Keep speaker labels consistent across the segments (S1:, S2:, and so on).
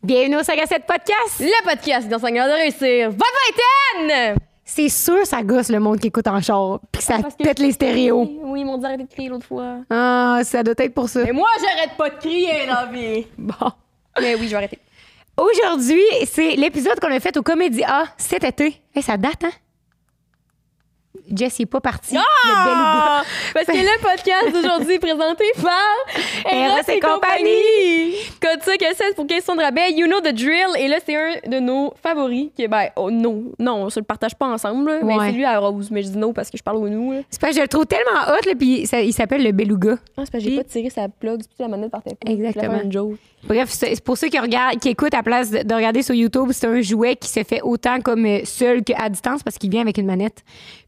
S1: Bienvenue au 5 à 7 podcast.
S2: Le podcast dans 5 heures de réussir. Votre vingtaine!
S1: C'est sûr, ça gosse le monde qui écoute en char, puis Ah, que ça
S2: Parce que-
S1: pète les stéréos.
S2: oh. Oui, Oui, ils m'ont dit arrêter de crier l'autre fois.
S1: Ah, ça doit être pour ça.
S2: Mais moi, j'arrête pas de crier dans la vie.
S1: Bon.
S2: Mais oui, je vais arrêter.
S1: Aujourd'hui, c'est l'épisode qu'on a fait au Comédia cet été. Hey, ça date, hein? Jess il est pas parti. Le bel Hugo.
S2: Ah! Parce que le podcast d'aujourd'hui est présenté par
S1: Eros et
S2: Code 5 à 7 pour 15 de rabais. You know the drill. Et là, c'est un de nos favoris qui est, ben, oh, non. Non, on se le partage pas ensemble. là. Mais
S1: Ouais.
S2: c'est lui à Rose. Mais je dis non parce que je parle au nous. là.
S1: C'est parce que je le trouve tellement hot, là, puis ça- il s'appelle le Beluga.
S2: Ah, c'est parce que j'ai pas tiré sa plug, puis la manette partait pas.
S1: Exactement.
S2: Je voulais faire une joke.
S1: Bref, c'est c'est pour ceux qui regardent, qui écoutent à place de, de regarder sur YouTube, c'est un jouet qui se fait autant comme euh, seul qu'à distance parce qu'il vient avec une manette.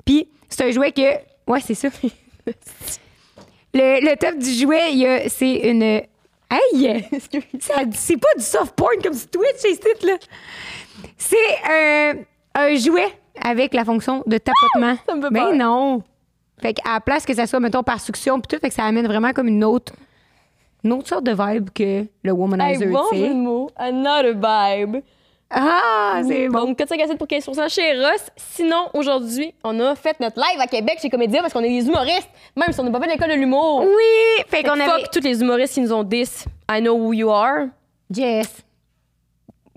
S1: Puis c'est un jouet que, ouais, c'est ça. le, le top du jouet, il y a- c'est une, hey,
S2: Excuse.
S1: Ça- c'est pas du soft porn comme sur Twitch, ces sites là. C'est un, un jouet avec la fonction de tapotement.
S2: Ça me fait
S1: ben
S2: peur.
S1: non. Fait qu'à la place que ça soit mettons par succion puis tout, fait que ça amène vraiment comme une autre une autre sorte de vibe que le
S2: Hey,
S1: womanizer,
S2: bon
S1: tu sais.
S2: jeu de mots. Another vibe.
S1: Ah, c'est bon.
S2: Donc, 4 à 7 pour 15 chez Ross. Sinon, aujourd'hui, on a fait notre live à Québec chez Comédia parce qu'on est des humoristes, même si on n'a pas fait l'école de l'humour.
S1: Oui, fait qu'on
S2: Fuck
S1: avait
S2: tous les humoristes qui nous ont dit I know who you are.
S1: Jess.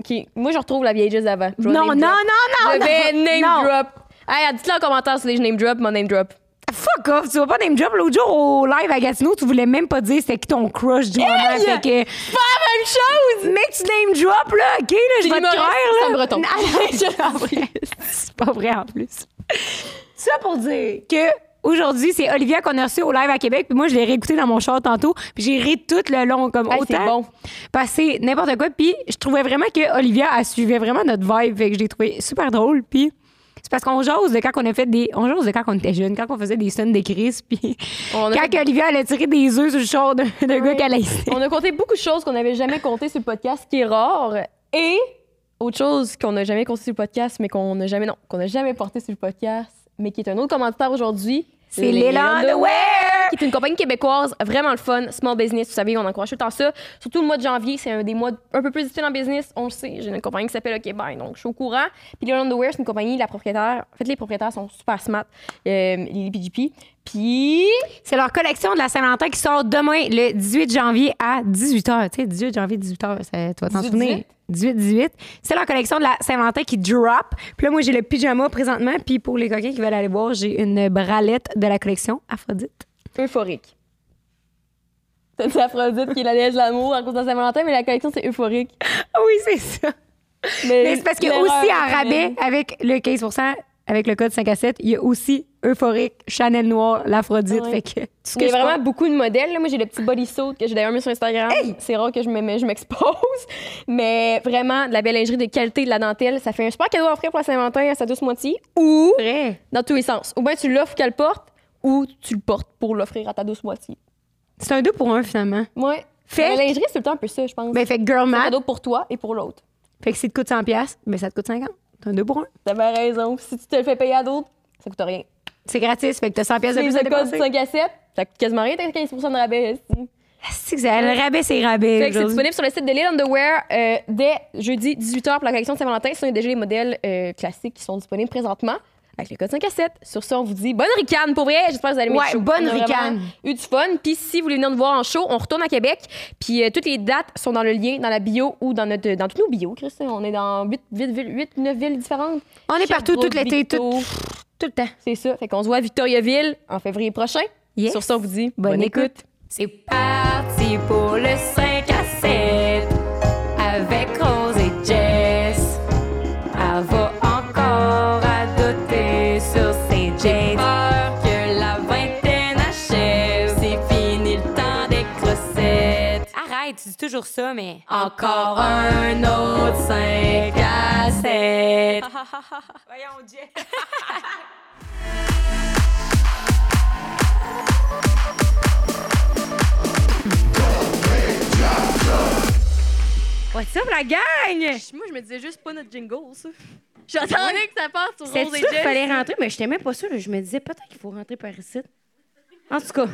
S2: Qui... Moi, je retrouve la vieille Jess d'avant. Je vais
S1: Non, non,
S2: name
S1: non,
S2: drop.
S1: non.
S2: Je vais
S1: non,
S2: name
S1: non.
S2: drop. Hey, dites-le en commentaire si les name drop, mon name drop.
S1: Fuck off, tu vas pas name drop l'autre jour au live à Gatineau, tu voulais même pas dire c'était qui ton crush du moment, fait que
S2: Pas la même chose!
S1: Mais tu name drop, là, OK, là, je vais te croire, là.
S2: l'humoriste, ça me retombe.
S1: Non, non, c'est pas vrai, en plus. Ça pour dire que aujourd'hui, c'est Olivia qu'on a reçu au live à Québec, puis moi, je l'ai réécouté dans mon char tantôt, puis j'ai ri tout le long, comme
S2: Hey, Ah, c'est
S1: autant.
S2: bon.
S1: Passer n'importe quoi, puis je trouvais vraiment que Olivia, elle suivait vraiment notre vibe, fait que je l'ai trouvé super drôle, puis... C'est parce qu'on jase de quand on a fait des. On jase de quand on était jeune, quand on faisait des sons de crise, puis.
S2: On a
S1: Quand Olivia, elle a tiré des œufs sur le char d'un d'un gars qu'elle haïssait.
S2: On a compté beaucoup de choses qu'on n'avait jamais comptées sur le podcast, ce qui est rare. Et autre chose qu'on n'a jamais compté sur le podcast, mais qu'on n'a jamais, non, qu'on n'a jamais porté sur le podcast, mais qui est un autre commentaire aujourd'hui.
S1: C'est l'élan de Wear!
S2: Qui est une compagnie québécoise, vraiment le fun, small business. Vous savez, on encourage tout le temps ça. Surtout le mois de janvier, c'est un des mois un peu plus difficiles en business. On le sait, j'ai une compagnie qui s'appelle OK Bye, donc je suis au courant. Puis l'élan de Wear, c'est une compagnie, la propriétaire, en fait, les propriétaires sont super smart, euh, les PGP. Puis.
S1: C'est leur collection de la Saint-Valentin qui sort demain, le 18 janvier à 18h. Tu sais, 18 janvier, 18h, ça, tu vas t'en
S2: 18?
S1: souvenir. 18-18. C'est leur collection de la Saint-Valentin qui drop. Puis là, moi, j'ai le pyjama présentement. Puis pour les coquins qui veulent aller voir, j'ai une bralette de la collection Aphrodite.
S2: euphorique. T'as dit Aphrodite qui est la déesse de l'amour à cause de Saint-Valentin, mais la collection, c'est euphorique.
S1: Ah oui, c'est ça. Mais c'est parce qu'il y a aussi en rabais, avec le 15 avec le code 5 à 7, il y a aussi Euphorique, Chanel Noir, l'Aphrodite.
S2: Ouais.
S1: Fait que tout ce
S2: Il
S1: que
S2: y
S1: je
S2: a vraiment
S1: porte-
S2: beaucoup de modèles. là. Moi, j'ai le petit bodysuit que j'ai d'ailleurs mis sur Instagram. C'est rare que je me mets- je m'expose. Mais vraiment, de la belle lingerie de qualité, de la dentelle, ça fait un super cadeau à offrir pour la Saint-Valentin à sa douce moitié. Ou
S1: Vrai.
S2: dans tous les sens. Ou bien tu l'offres qu'elle porte, ou tu le portes pour l'offrir à ta douce moitié.
S1: C'est un 2 pour 1 finalement.
S2: Ouais.
S1: Fait
S2: La
S1: que-
S2: lingerie, c'est tout le temps un peu ça, je pense.
S1: Ben, fait que Girl
S2: C'est un
S1: Mad,
S2: cadeau pour toi et pour l'autre.
S1: Fait que si te coûte 100$, piastres, ben ça te coûte 50$. T'as un 2 pour 1.
S2: T'avais raison. Si tu te le fais payer à d'autres, ça coûte rien.
S1: C'est gratis, fait que t'as 100$ piastres de
S2: les
S1: plus à
S2: écoles du
S1: dépenser.
S2: 5 à 7, ça coûte quasiment rien, t'as 15 de rabais. esti.
S1: C'est que ça- le rabais, c'est rabais.
S2: Fait que c'est
S1: aujourd'hui.
S2: disponible sur le site de Lille Underwear euh, dès jeudi 18h pour la collection de Saint-Valentin. Ce sont déjà les modèles euh, classiques qui sont disponibles présentement avec le code 5 à 7. Sur ce, on vous dit bonne ricane pour vrai. J'espère que vous allez aimer
S1: Ouais,
S2: le show.
S1: bonne
S2: On a vraiment
S1: ricane.
S2: Eu du fun. Puis si vous voulez venir nous voir en show, on retourne à Québec. Puis euh, toutes les dates sont dans le lien, dans la bio ou dans notre, dans tous nos bios, Chris. On est dans 8, 9 villes différentes.
S1: On est partout tout l'été, tout,
S2: Sherbrooke,
S1: tout le temps.
S2: C'est ça. Fait qu'on se voit à Victoriaville en février prochain.
S1: Yes.
S2: Sur ça, on vous dit
S1: Bonne écoute.
S3: C'est parti pour le 5 à 7 avec Rose et Jess. Elle va encore à douter sur ses jeans. J'ai peur que la vingtaine achève. C'est fini le temps des crossettes. Ah,
S1: Arrête, c'est toujours ça, mais.
S3: Encore un autre 5 à 7.
S1: Voyons, Jess. What's up, la gang?
S2: Moi, je me disais juste pas notre jingle, ça. J'attendais que ça parte sur
S4: C'est
S2: Rose
S4: sûr
S2: et
S4: qu'il
S2: Jess.
S4: fallait rentrer, mais je n'étais même pas sûre. Je me disais peut-être qu'il faut rentrer par ici. En tout cas,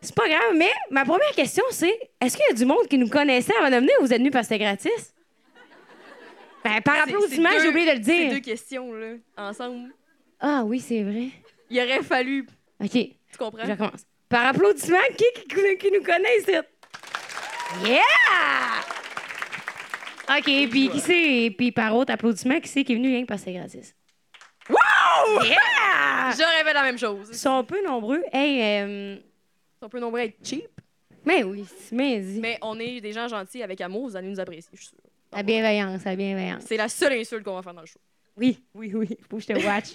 S4: c'est pas grave, mais ma première question, c'est est-ce qu'il y a du monde qui nous connaissait avant de venir ou vous êtes venus parce que c'était gratis? Ben, par
S2: C'est-
S4: applaudissement,
S2: c'est deux-
S4: j'ai oublié de le
S2: C'est
S4: dire.
S2: deux questions, là, ensemble.
S4: Ah oui, c'est vrai.
S2: Il aurait fallu.
S4: OK,
S2: Tu comprends?
S4: je recommence. Par applaudissement, qui, qui, qui nous connaît ici? Yeah! OK, puis qui c'est? Puis par autre applaudissement, qui c'est qui est venu rien que parce que c'est gratis? Wow! Yeah!
S2: J'aurais fait la même chose.
S4: Ils sont peu nombreux. Hey, euh,
S2: On peut nombreux à être cheap,
S4: mais oui, mais dis.
S2: mais on est des gens gentils avec amour, vous allez nous apprécier, je suis sûre.
S4: La bienveillance, la bienveillance.
S2: C'est la seule insulte qu'on va faire dans le show.
S4: Oui, oui, oui. Faut que je te watch.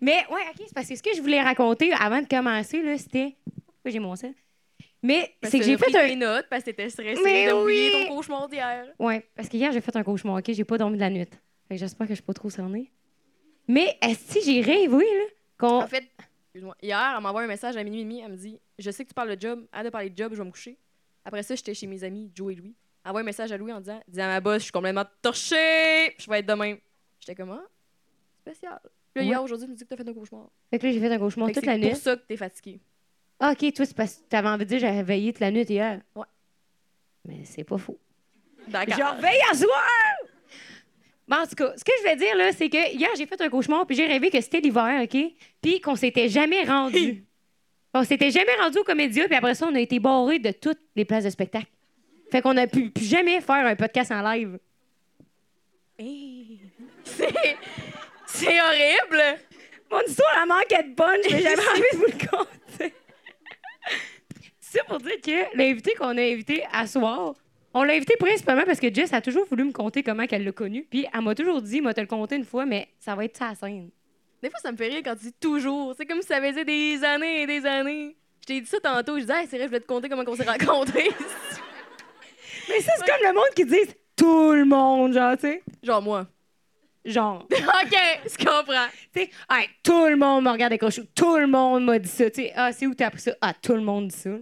S4: Mais ouais, OK, c'est parce que ce que je voulais raconter avant de commencer, là, c'était. Pourquoi j'ai mon sel? Mais
S2: Parce
S4: c'est que j'ai
S2: t'as
S4: fait
S2: pris
S4: un.
S2: tes notes parce que t'étais stressée
S4: Mais
S2: de oublier
S4: oui!
S2: ton cauchemar d'hier.
S4: Ouais, parce que hier, j'ai fait un cauchemar, OK? J'ai pas dormi de la nuit. Fait que j'espère que je suis pas trop cernée. Mais est-ce que j'ai rêvé, là? Qu'on.
S2: En fait, excuse-moi, hier, elle m'envoie un message à minuit et demi, elle me dit Je sais que tu parles de job, hâte de parler de job, je vais me coucher. Après ça, j'étais chez mes amis Joe et Louis. Elle envoie un message à Louis en disant Dis à ma boss, je suis complètement torchée, je vais être demain. J'étais comme Ah, spécial. Puis là,
S4: Ouais.
S2: hier, aujourd'hui, tu me dis que t'as fait un cauchemar.
S4: Fait que là, j'ai fait un cauchemar
S2: Fait que
S4: toute la
S2: c'est
S4: nuit.
S2: pour ça que t'es fatiguée.
S4: Ah, OK, toi, c'est parce que t'avais envie de dire que j'avais veillé toute la nuit hier.
S2: Ouais.
S4: Mais c'est pas faux.
S2: D'accord.
S4: J'en veille à soir! Bon, en tout cas, ce que je veux dire, là, c'est que hier, j'ai fait un cauchemar, puis j'ai rêvé que c'était l'hiver, OK? Puis qu'on s'était jamais rendu. on s'était jamais rendu au Comédia, puis après ça, on a été barrés de toutes les places de spectacle. Fait qu'on a pu, pu jamais faire un podcast en live.
S2: Hey. C'est. C'est horrible!
S4: Mon histoire, elle manquait de bonne, mais j'avais envie de vous le conter. C'est pour dire que l'invité qu'on a invité à soir, on l'a invité principalement parce que Jess a toujours voulu me conter comment qu'elle l'a connu. Puis elle m'a toujours dit, m'a te le conter une fois, mais ça va être ça la scène.
S2: Des fois, ça me fait rire quand tu dis toujours. C'est comme si ça faisait des années et des années. Je t'ai dit ça tantôt. Je disais, hey, c'est vrai, je voulais te conter comment on s'est rencontrés.
S4: Mais ça, c'est comme le monde qui dit tout le monde, genre, tu sais.
S2: Genre moi.
S4: Genre,
S2: OK, je comprends.
S4: tu sais, Hey, tout le monde me regarde avec un chou, tout le monde m'a dit ça, tu sais. Ah, c'est où t'as appris ça? Ah, tout le monde dit ça. là.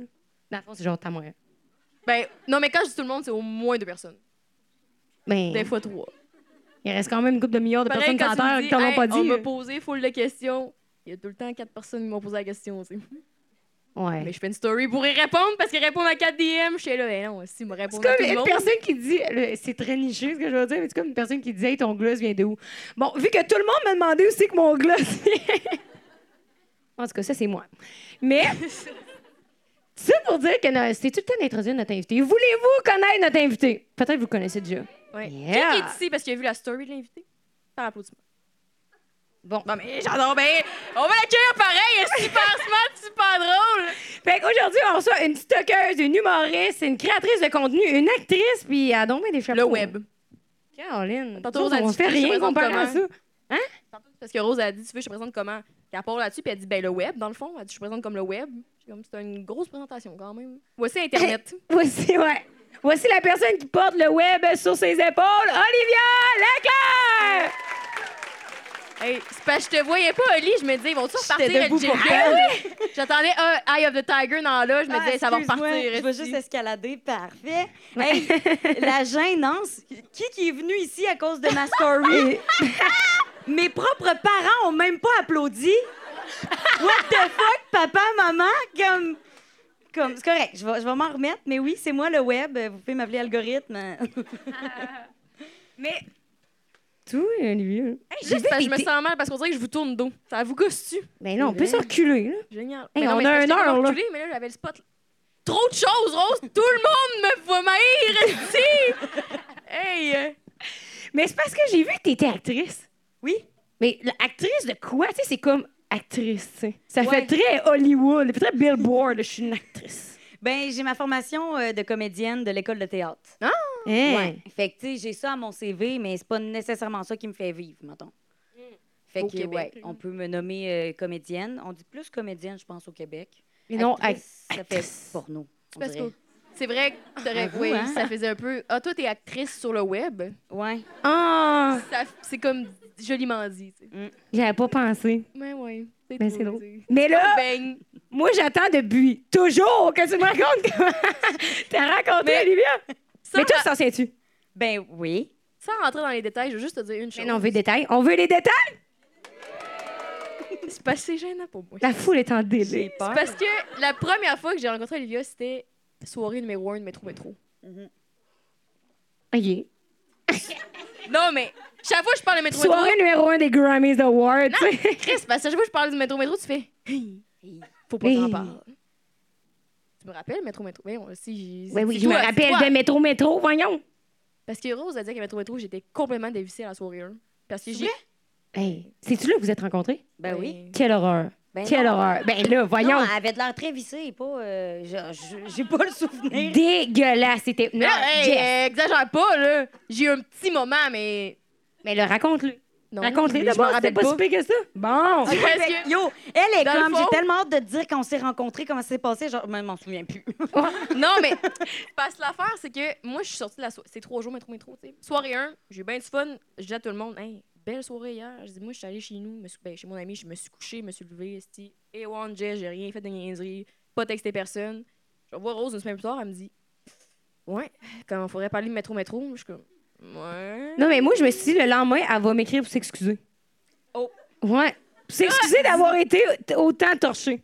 S4: Dans le fond, c'est genre ta moyen.
S2: Ben, non, mais quand je dis tout le monde, c'est au moins deux personnes. Des
S4: Mais
S2: fois trois.
S4: Ben, il reste quand même une couple de milliards de
S2: Pareil, quand
S4: personnes sur
S2: tu
S4: la
S2: me
S4: Terre
S2: dis,
S4: qui t'en ont
S2: Hey,
S4: pas dit.
S2: on
S4: là.
S2: m'a posé full de questions. Il y a tout le temps quatre personnes qui m'ont posé la question, tu sais.
S4: Ouais.
S2: Mais je fais une story pour y répondre parce qu'ils répondent à quatre DM. Je suis là, eh non, si, ils me
S4: C'est
S2: répondent à tout
S4: comme
S2: le
S4: une
S2: monde.
S4: personne qui dit, le- c'est très niché ce que je veux dire, mais c'est comme une personne qui dit, hey, ton gloss vient de où? Bon, vu que tout le monde m'a demandé aussi que mon gloss vient. en tout cas, ça, c'est moi. Mais, c'est pour dire que non, c'est tout le temps d'introduire notre invité. Voulez-vous connaître notre invité? Peut-être vous le connaissez déjà.
S2: Ouais.
S4: Yeah.
S2: Qui qui est ici parce qu'il a vu la story de l'invité? Par applaudissement.
S4: Bon.
S2: Non, mais j'adore bien. On va l'accueillir pareil. C'est super smart, super drôle.
S4: Fait qu'aujourd'hui, on reçoit une stockeuse, une humoriste, une créatrice de contenu, une actrice, puis elle a donc bien des chapeaux.
S2: Le web.
S4: Caroline.
S2: Tantôt,
S4: nous autres,
S2: on a
S4: on
S2: dit,
S4: fait
S2: je te
S4: rien
S2: présente
S4: comparé à
S2: comment.
S4: ça.
S2: Parce que Rose a dit, tu veux, je te présente comment? Puis elle part là-dessus, puis elle dit, ben le web, dans le fond. Elle dit, je te présente comme le web. J'ai comme, c'est une grosse présentation quand même. Voici Internet.
S4: Voici, ouais. Voici la personne qui porte le web sur ses épaules, Olivia Leclerc!
S2: hey, c'est parce que je te voyais pas, Oli. Je me disais, ils vont-tu repartir le
S5: debout pour
S2: jingle? J'attendais euh, Eye of the Tiger dans là. Je me
S5: Ah,
S2: disais, ça va
S5: excuse-moi,
S2: repartir.
S5: Je vais
S2: esti.
S5: juste escalader. Parfait. Hey, la gênance. Qui qui est venu ici à cause de ma story? Mes propres parents ont même pas applaudi. What the fuck, papa, maman? Comme. Comme, c'est correct, je vais, je vais m'en remettre, mais oui, c'est moi le web. Vous pouvez m'appeler algorithme.
S4: Tout, Olivia.
S2: Juste parce que je me sens mal parce qu'on dirait que je vous tourne dos. Ça vous gosse-tu?
S4: Mais Ben non, on peut se reculer, là.
S2: Génial.
S4: Hey,
S2: Mais
S4: on
S2: mais
S4: a
S2: c'est parce
S4: une
S2: que
S4: heure,
S2: j'étais
S4: là.
S2: reculée, Mais là, j'avais le spot. Trop de choses, Rose. Tout le monde me voit maïr ici. hey. euh,
S4: Mais c'est parce que j'ai vu que t'étais actrice.
S5: Oui?
S4: Mais la- actrice de quoi? Tu sais, c'est comme actrice, tu sais. Ça fait
S5: Ouais.
S4: très Hollywood, très Billboard, je suis une actrice.
S5: Ben, j'ai ma formation euh, de comédienne de l'école de théâtre.
S4: Hein?
S5: Ouais. Fait que, tu sais, j'ai ça à mon CV, mais c'est pas nécessairement ça qui me fait vivre, mettons. Fait
S2: Mm. Au
S5: que,
S2: Québec,
S5: ouais, on peut me nommer euh, comédienne. On dit plus comédienne, je pense, au Québec.
S4: Mais non, actrice.
S5: Actrice, ça fait porno. on
S2: Parce
S5: dirait.
S2: que c'est vrai que t'aurais-
S5: J'avoue,
S2: oui,
S5: hein.
S2: ça faisait un peu. Ah, toi, t'es actrice sur le web.
S5: Ouais.
S4: Ah!
S2: Ça- C'est comme joliment dit. tu sais.
S4: J'avais pas pensé.
S2: Mais oui.
S4: Mais Ben, c'est drôle. Mais là,
S2: Bang.
S4: moi, j'attends depuis toujours que tu me racontes comment t'as raconté, Olivia.
S2: Sans,
S4: mais toi, t'en sais-tu?
S5: Ben oui.
S2: sans rentrer dans les détails, je veux juste te dire une chose.
S4: Mais non, on veut les détails. On veut les détails!
S2: c'est parce que c'est gênant pour moi.
S4: La foule est en
S5: J'ai
S4: délire.
S5: peur.
S2: Parce que la première fois que j'ai rencontré Olivia, c'était soirée numéro 1 de Métro Métro.
S4: OK.
S2: Non, mais chaque fois que je parle de métro métro.
S4: Soirée numéro un des Grammys Awards.
S2: Non,
S4: tu sais.
S2: Chris, parce que chaque fois que je parle du métro métro, tu fais. Faut pas que j'en parle. Tu me rappelles, métro métro? Ben, on- si,
S4: Oui, oui,
S2: c'est
S4: je me
S2: toi, c'est
S4: rappelle
S2: toi.
S4: de Métro Métro, voyons.
S2: Parce que Rose a dit qu'à Métro Métro, j'étais complètement dévissée à la soirée 1. Parce que j'ai.
S4: Hey, c'est-tu là que vous êtes rencontrés?
S5: Ben oui.
S4: Quelle horreur.
S5: Ben
S4: Quelle
S5: non.
S4: horreur. Ben là, voyons.
S5: Non, elle avait de l'air très vissée et pas. euh, je- je- J'ai pas le souvenir.
S4: Dégueulasse, c'était. Non,
S2: Non, hey,
S4: Jess.
S2: euh, exagère pas, là. J'ai eu un petit moment, mais.
S4: Mais le raconte-le.
S2: Non,
S4: Raconte-le
S2: je
S4: d'abord,
S2: m'en
S4: c'était
S2: rappelle
S4: pas, si pire que ça. Bon.
S2: Ok. Parce
S5: Ben,
S2: que-
S5: Yo, elle est
S2: Dans le
S5: comme.
S2: fond-
S5: J'ai tellement hâte de te dire quand on s'est rencontrés, comment ça s'est passé. Genre, je m'en souviens plus.
S2: Non, mais parce que l'affaire, c'est que moi, je suis sortie de la soirée. C'est trois jours métro métro, tu sais. Soirée 1, j'ai eu bien du fun. Je dis à tout le monde, hey, belle soirée hier. Je dis, moi, je suis allée chez nous, me suis- ben, chez mon ami, je me suis couchée, je me suis levée. Esti, et one, Jess, j'ai rien fait de niaiserie, pas texté personne. Je vois Rose une semaine plus tard, elle me dit, ouais, quand on faudrait parler de métro métro, je suis comme, ouais.
S4: Non, mais moi, je me suis dit, le lendemain, elle va m'écrire pour s'excuser.
S2: Oh.
S4: Ouais. Pour s'excuser d'avoir été t- autant torchée.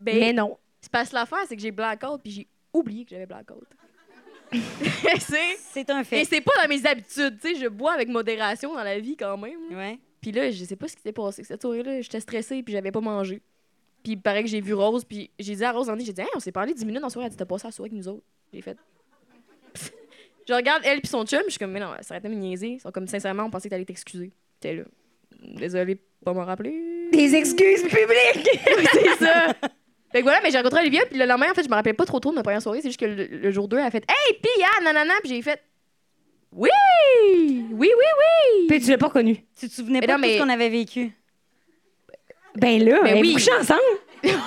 S2: Ben,
S4: Mais non.
S2: c'est parce que l'affaire, c'est que j'ai blackout, puis j'ai oublié que j'avais blackout. c'est.
S5: C'est un
S2: Et
S5: fait.
S2: c'est pas dans mes habitudes, tu sais, je bois avec modération dans la vie quand même. là.
S5: Ouais.
S2: Puis là, je sais pas ce qui s'est passé. Cette soirée-là, j'étais stressée puis j'avais pas mangé. Puis il paraît que j'ai vu Rose, puis j'ai dit à Rose, Andy, j'ai dit, Hey, on s'est parlé 10 minutes dans la soirée, elle dit, t'as passé la soirée avec nous autres. J'ai fait. je regarde elle puis son chum, je suis comme, mais non, ça arrête de me niaiser. Ils sont comme, sincèrement, on pensait que t'allais t'excuser. T'es là. Désolée, pas m'en rappeler.
S4: Des excuses publiques.
S2: C'est ça. Fait que voilà, mais j'ai rencontré Olivia, puis le lendemain, en fait, je me rappelais pas trop trop de ma première soirée. C'est juste que le, le jour 2, elle a fait, hey, pis, ah, nanana, puis j'ai fait, oui, oui, oui, oui.
S4: Puis tu l'as pas connue.
S5: Tu te souvenais
S2: Mais
S5: pas
S2: non,
S5: de tout
S2: mais-
S5: ce qu'on avait vécu.
S4: Ben là,
S2: Ben
S4: ben
S2: oui.
S4: oui. ensemble.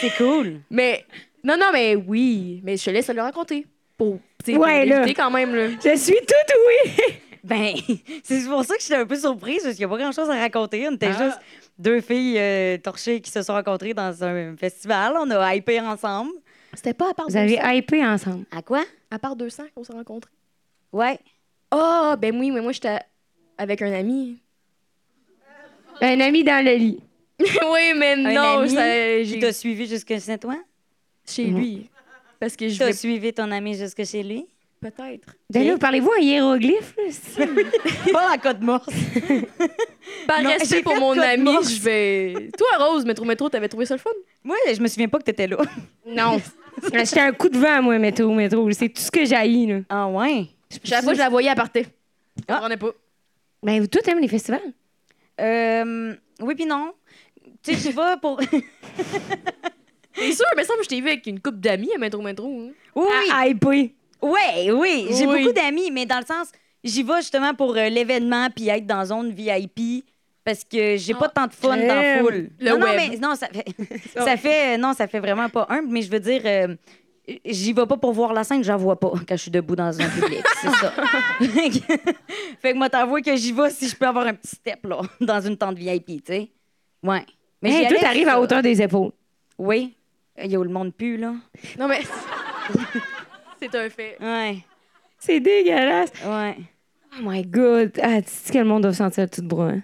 S5: C'est cool.
S2: Mais non, non, mais oui, mais je te laisse le raconter. Pour, tu sais, pour
S4: Ouais, là.
S2: éviter quand même, là.
S4: Je suis toute oui.
S5: Ben, c'est pour ça que j'étais un peu surprise parce qu'il n'y a pas grand-chose à raconter. On était juste deux filles euh, torchées qui se sont rencontrées dans un festival. On a hypé ensemble.
S2: C'était pas à part
S4: Vous avez hypé ensemble.
S5: À quoi?
S2: à part 200 qu'on s'est rencontrés.
S5: Ouais.
S2: Ah, ben oui, mais moi, j'étais avec un ami.
S4: Un ami dans le lit.
S2: oui, mais
S5: Un
S2: non,
S5: ami
S2: ça-
S5: qui
S2: j'ai-
S5: t'a suivi jusque chez toi?
S2: chez lui. Parce que je
S5: T'as
S2: voulais
S5: suivi ton ami jusque chez lui?
S2: peut-être.
S4: Ben là, parlez-vous en hiéroglyphe? là, c'est-
S5: Pas la code morse.
S2: Par
S5: Non,
S2: respect
S5: j'ai
S2: pour
S5: fait
S2: mon
S5: code
S2: ami,
S5: morse.
S2: je vais. Toi, Rose, Métro Métro, t'avais trouvé ça le fun?
S5: Moi, je me souviens pas que t'étais là.
S4: non. Ah, J'étais un coup de vent, moi, métro, métro. C'est tout ce que j'haïs, là.
S5: Ah ouais?
S2: Chaque fois, je la voyais à partir.
S5: Ah.
S2: On est pas.
S4: Ben, vous tous aimez les festivals.
S5: Euh, oui puis non. Tu sais, tu vas pour... oui,
S2: T'es sûr, mais ça, je t'ai vu avec une couple d'amis à Métro Métro. hein.
S5: oui.
S4: À hyper.
S5: Ouais, oui. J'ai
S2: Oui.
S5: beaucoup d'amis, mais dans le sens, j'y vais justement pour euh, l'événement puis être dans zone VIP parce que j'ai pas tant de fun dans la
S4: j'aime
S5: foule.
S2: le
S5: non, non,
S2: web.
S5: mais non, ça fait, ça fait, euh, non, ça fait vraiment pas humble, mais je veux dire, euh, j'y vais pas pour voir la scène, j'en vois pas quand je suis debout dans un public, c'est ça. fait que moi, t'avoues que j'y vais si je peux avoir un petit step là dans une tente VIP, tu sais. Ouais. Mais
S4: Hey,
S5: j'y
S4: tout
S5: allais,
S4: arrive Ben, à
S5: ça.
S4: hauteur des épaules.
S5: Oui. Il y a le monde pue là.
S2: Non, mais. c'est un fait.
S5: Ouais.
S4: C'est dégueulasse.
S5: Ouais.
S4: Oh my God. Ah, tu sais que le monde doit sentir tout bras. hein?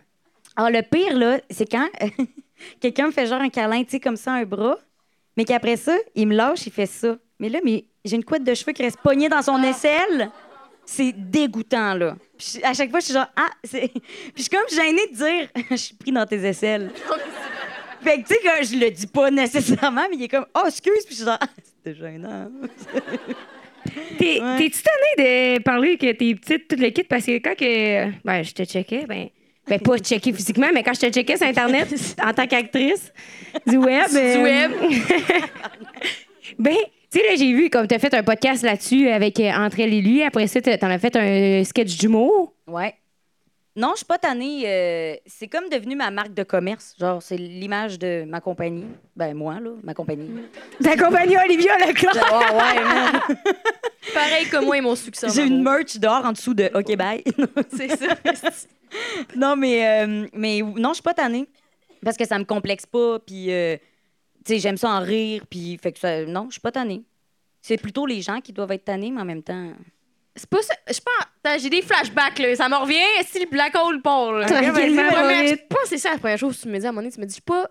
S5: Alors, Ah, le pire, là, c'est quand quelqu'un me fait genre un câlin, tu sais, comme ça, un bras, mais qu'après ça, il me lâche, il fait ça. Mais là, mais j'ai une couette de cheveux qui reste pognée dans son aisselle. C'est dégoûtant, là. Puis je- à chaque fois, je suis genre, ah, c'est. Puis je suis comme gênée de dire, je suis pris dans tes aisselles. fait que, tu sais, que je le dis pas nécessairement, mais il est comme, oh, excuse, puis je suis genre, ah, c'était gênant.
S4: T'es-
S5: Ouais.
S4: T'es-tu tannée de parler que t'es petite, tout le kit? Parce que quand que, ben, je te checkais, ben, ben pas checké physiquement, mais quand je te checkais sur Internet en tant qu'actrice du web. euh,
S2: web.
S4: ben, tu sais, là, j'ai vu, comme t'as fait un podcast là-dessus avec euh, Entre elle et lui, après ça, t'as- t'en as fait un sketch d'humour.
S5: Ouais. Non, je suis pas tannée. euh, c'est comme devenu ma marque de commerce. Genre, c'est l'image de ma compagnie. Ben, moi, là, ma compagnie.
S4: T'accompagnais Olivia Leclerc.
S5: Ah ouais, man.
S2: Pareil que moi et mon succès. en
S5: J'ai une
S2: amour.
S5: merch dehors en dessous de OK, bye.
S2: C'est ça.
S5: non, mais, euh, mais non, je suis pas tannée. Parce que ça me complexe pas. Puis, euh, tu sais, j'aime ça en rire. Puis, fait que ça, non, je suis pas tannée. C'est plutôt les gens qui doivent être tannés, mais en même temps.
S2: C'est pas ça. Je pense. Attends, j'ai des flashbacks, là. Ça me revient. Si le black hole part, là.
S4: Tranquillement,
S2: La
S4: pas
S2: première- Je
S4: vite.
S2: pense que c'est ça la première chose que tu me dis à un moment donné. Tu me dis, je suis pas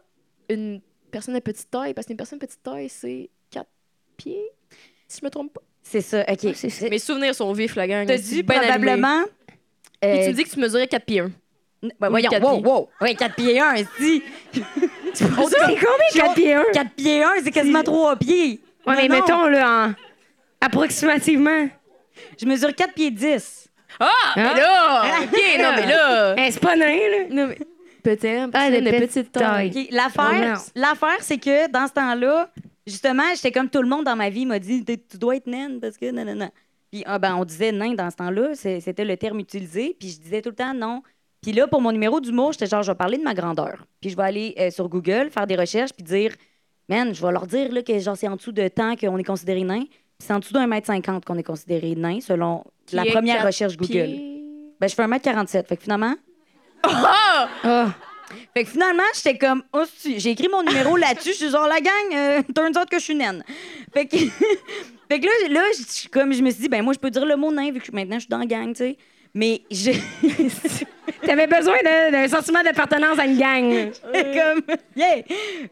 S2: une personne de petite taille, parce qu'une personne de petite taille, c'est 4 pieds, si je me trompe pas.
S5: C'est ça, OK.
S2: Mes souvenirs sont vifs, la gang.
S5: T'as
S2: C'est
S5: dit
S2: ben allumé.
S5: probablement...
S2: Puis
S5: euh,
S2: tu me dis que tu mesurais 4 pieds 1.
S5: Ben voyons,
S2: quatre
S5: wow,
S2: pieds.
S5: wow! Oui, 4 pieds 1, si! C'est
S4: C'est combien 4 pieds 1?
S5: 4 pieds 1, c'est quasiment 3 pieds!
S1: Ouais,
S5: Non,
S1: mais
S5: non,
S1: mettons, là, en- approximativement.
S5: Je mesure 4 pieds 10.
S2: Ah, mais là! OK, non, mais là!
S4: Eh,
S1: Hey, c'est pas nain, là.
S2: Ah! Non, mais... Peut-être,
S1: Ah,
S2: de
S1: de petite
S2: petite taille.
S1: Oh,
S5: OK, L'affaire,
S1: non.
S5: l'affaire, c'est que dans ce temps-là, justement, j'étais comme tout le monde dans ma vie m'a dit T'es- Tu dois être naine parce que non, non, non. Puis ah, ben, on disait nain dans ce temps-là, c'est- c'était le terme utilisé, puis je disais tout le temps non. Puis là, pour mon numéro d'humour, j'étais genre, je vais parler de ma grandeur. Puis je vais aller euh, sur Google, faire des recherches, puis dire, man, je vais leur dire là, que genre, c'est en dessous de temps qu'on est considéré nain. Puis c'est en dessous d'un mètre cinquante qu'on est considéré nain, selon la
S2: est
S5: première
S2: quatre
S5: recherche Google. Ben, je fais un mètre 47. Fait que finalement. Ah! Fait que finalement, j'étais comme, oh, si, j'ai écrit mon numéro là-dessus. Je suis genre, la gang, euh, turns out que je suis naine. Fait que, fait que là, là je suis comme, je me suis dit, ben moi, je peux dire le mot nain, vu que je- maintenant, je suis dans la gang, tu sais. Mais je.
S1: T'avais besoin de- d'un sentiment d'appartenance à une gang.
S5: comme, yeah!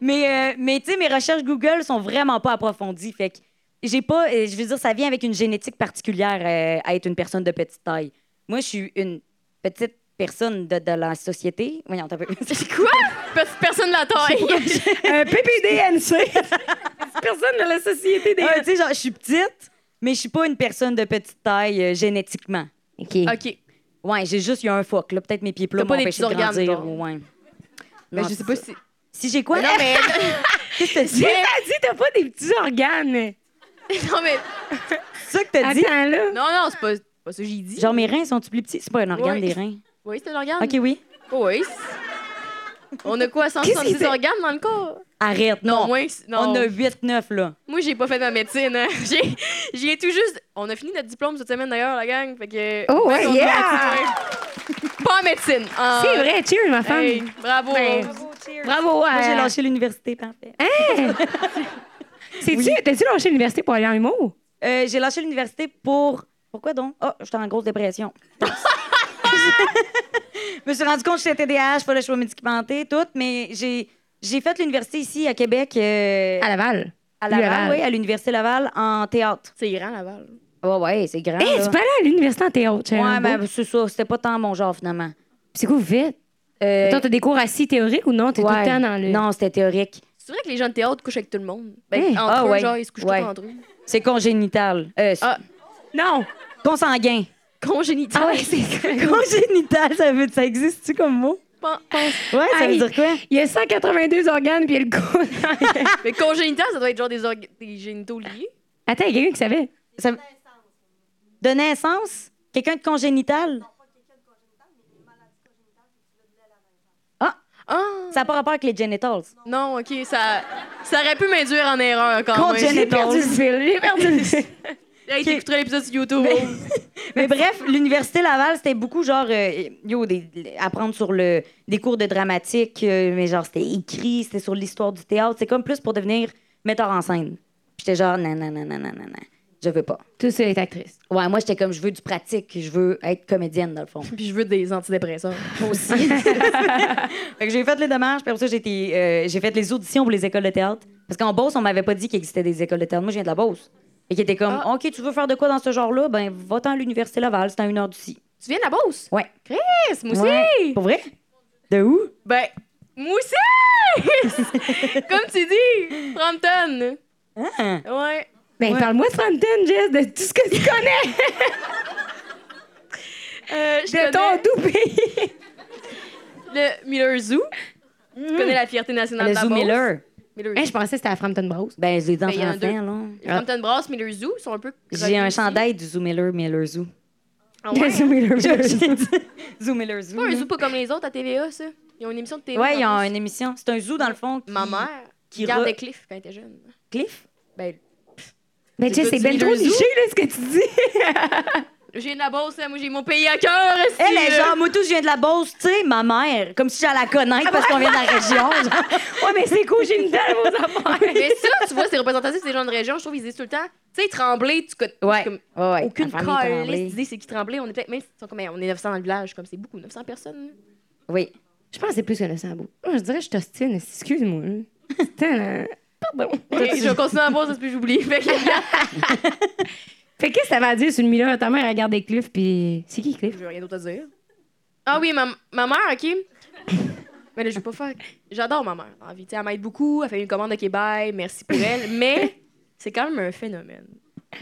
S5: Mais, euh, mais tu sais, mes recherches Google sont vraiment pas approfondies. Fait que j'ai pas. euh, je veux dire, ça vient avec une génétique particulière euh, à être une personne de petite taille. Moi, je suis une petite personne de, de la société. Voyons, t'as peu.
S2: Quoi? Petite personne de la taille.
S4: euh,
S1: Un PPDNC. Personne de la société des.
S5: Ah, tu sais, genre, je suis petite, mais je suis pas une personne de petite taille euh, génétiquement.
S2: OK.
S5: Ouais, j'ai juste, il y a un fuck, là. Peut-être mes pieds plats
S2: T'as pas
S5: m'ont
S2: des
S5: empêché de
S2: petits organes,
S5: grandir.
S2: genre.
S5: ou ouais.
S2: Mais
S5: Non,
S2: Ben, je sais
S5: c'est
S2: pas
S5: ça.
S2: si...
S5: Si j'ai quoi?
S2: Mais non, mais...
S5: Qu'est-ce que t'as dit?
S1: J'ai pas dit, t'as pas des petits organes.
S2: non, mais...
S5: C'est ça que t'as dit?
S1: Attends, là.
S2: Non, non, c'est pas... c'est pas ça que j'ai dit.
S5: Genre, mes reins sont-ils plus petits? C'est pas un organe
S2: Ouais.
S5: des reins.
S2: Oui, c'est un organe.
S5: OK, oui.
S2: Oui. On a quoi,
S1: Qu'est-ce
S2: 166
S1: qu'il
S2: organes dans le corps?
S5: Arrête, non.
S2: Moins, non.
S5: On a 8-9, là.
S2: Moi, j'ai pas fait ma médecine. hein. J'ai, j'y ai tout juste. On a fini notre diplôme cette semaine d'ailleurs, la gang. Fait que.
S4: Oh,
S2: Ouais,
S4: ouais,
S2: on-
S4: yeah!
S2: Pas en médecine. en-
S4: C'est vrai, cheers, ma femme.
S2: Ah. Hey, bravo.
S4: Ben, Bravo,
S5: Moi, j'ai
S4: euh,
S5: lâché l'université, parfait.
S4: c'est-tu- T'as-tu lâché l'université pour aller en humour?
S5: Euh, j'ai lâché l'université pour... Pourquoi donc? Ah, j'étais en grosse dépression. je me suis rendu compte que j'étais TDAH, fallait que je sois médicamentée, tout, mais j'ai... J'ai fait l'université ici à Québec, euh,
S4: À Laval.
S5: à Laval,
S4: Laval.
S5: oui, à l'université Laval, en théâtre.
S2: C'est grand, Laval.
S5: Ouais, ouais, c'est grand.
S4: Hé,
S5: là.
S4: tu peux aller à l'université en théâtre, Sharon
S5: Ouais,
S4: Boone.
S5: ben, c'est ça, c'était pas tant mon genre finalement.
S4: C'est quoi, vous faites?
S5: Euh,
S4: Toi, t'as des cours assis théoriques ou non? T'es tout
S5: ouais.
S4: le temps dans le.
S5: Non, c'était théorique.
S2: C'est vrai que les gens de théâtre couchent avec tout le monde. Ben,
S4: Hey.
S2: entre
S5: Ah,
S2: eux,
S5: ouais.
S2: genre, ils se couchent
S5: Ouais.
S2: tous entre eux.
S5: C'est congénital. Euh,
S2: Ah.
S1: Non.
S5: Consanguin.
S2: Congénital.
S4: Ah ouais, c'est
S5: Congénital, ça veut ça existe-tu comme mot?
S2: Pen-
S5: Ouais, ça veut
S4: Aïe.
S5: dire quoi?
S4: Il y a 182 organes, puis il y a le cours.
S2: Mais congénital, ça doit être genre des, orga- des génitaux liés.
S4: Attends, il y a quelqu'un qui savait.
S5: Ça- De naissance? Quelqu'un de congénital?
S2: Ah!
S5: Ça n'a pas rapport avec les genitals.
S2: Non, ok, ça, ça aurait pu m'induire en erreur quand
S4: J'ai
S5: Congénital.
S2: même.
S4: perdu le fil. J'ai perdu le fil.
S2: Hey, t'écouteras l'épisode sur YouTube.
S5: Mais bref, l'Université Laval, c'était beaucoup genre, euh, yo, des, apprendre sur le, des cours de dramatique, euh, mais genre, c'était écrit, c'était sur l'histoire du théâtre. C'est comme plus pour devenir metteur en scène. Puis J'étais genre, non, non, non, non, non, non, non, je veux pas.
S4: Tout ça est actrice.
S5: Ouais, moi, j'étais comme, je veux du pratique, je veux être comédienne, dans le fond.
S2: Puis je veux des antidépresseurs.
S5: aussi. fait que j'ai fait les dommages, puis après ça, j'ai été, euh, j'ai fait les auditions pour les écoles de théâtre. Parce qu'en Beauce, on m'avait pas dit qu'il existait des écoles de théâtre. Moi, je viens de la Beauce. Et qui était comme,
S2: Ah.
S5: OK, tu veux faire de quoi dans ce genre-là? Ben, va-t'en à l'Université Laval, c'est à une heure d'ici.
S2: Tu viens de la Beauce?
S5: Ouais.
S2: Chris, moi aussi!
S5: Pour vrai? De où?
S2: Ben, moi aussi! Comme tu dis, Frampton.
S5: Hein?
S2: Ouais.
S4: Ben, parle-moi de Frampton, Jess, de tout ce que tu connais.
S2: Euh, je
S4: de
S2: connais
S4: ton doux pays.
S2: le Miller Zoo. Je connais la fierté nationale
S5: Mm. Le
S2: de la
S5: Zoo
S2: Beauce.
S5: Miller. Hein?
S2: Miller
S4: Hey,
S2: Zoo.
S4: je pensais que c'était à Frampton Bros.
S5: Ben, je l'ai dit en
S2: Ben, il y en a
S5: français,
S2: deux.
S5: là.
S2: Frampton Brass, Miller Zoo, ils sont un peu...
S5: J'ai un
S2: croqués
S5: chandail du Zoo Miller, Miller Zoo.
S2: aussi. Ah ouais?
S4: Zoom et le Zoo.
S5: Zoo Miller Zoo.
S2: Pas un zoo pas comme les autres à TVA, ça. Ils ont une émission de TV.
S5: Ouais, il y
S2: en
S5: a
S2: plus.
S5: une émission. C'est un zoo, dans le fond. qui-
S2: Ma mère
S5: qui
S2: qui regardait
S5: re-
S2: Cliff quand elle était jeune.
S5: Cliff?
S2: Ben,
S4: Mais Jess,
S2: C'est
S4: c'est bien
S2: pas
S4: trop
S2: du
S4: liché, là, ce que tu dis.
S2: j'ai de la Beauce, hein, moi j'ai mon pays à cœur. esti,
S5: Elle est
S2: là.
S5: genre, Eh, moi, tout, je viens de la Beauce, tu sais, ma mère. Comme si je la connaître
S2: Ah,
S5: parce qu'on vient de la région. genre.
S4: Ouais, mais c'est congénital, vos affaires.
S2: Mais ça, tu vois, c'est représentatif des gens de région. Je trouve qu'ils disent tout le temps, tu sais, trembler, tu connais.
S5: Ouais.
S2: Comme,
S5: ouais, ouais.
S2: aucune
S5: La famille Tremblay.
S2: calisse d'idée c'est qui tremblait. On est peut-être même ils sont comme, hey, on est 900 dans le village, comme c'est beaucoup, 900 personnes. là.
S5: Oui.
S4: Je pense que c'est plus que 900 bouts. Moi, Je dirais que je t'ostine. Excuse-moi. là. Putain, là. Pardon.
S2: Ok, je vais continuer à boire, ça se peut que j'oublie. Fait que-
S4: Fait qu'est-ce que ça va dire sur le Miller? Ta mère regarde des Cliff, puis c'est qui Cliff?
S2: J'ai rien d'autre à dire. Ah oui, ma, ma mère, OK? mais là, je vais pas faire... J'adore ma mère, dans la vie. Tu sais, elle m'aide beaucoup, elle fait une commande de Québec, merci pour elle. mais c'est quand même un phénomène.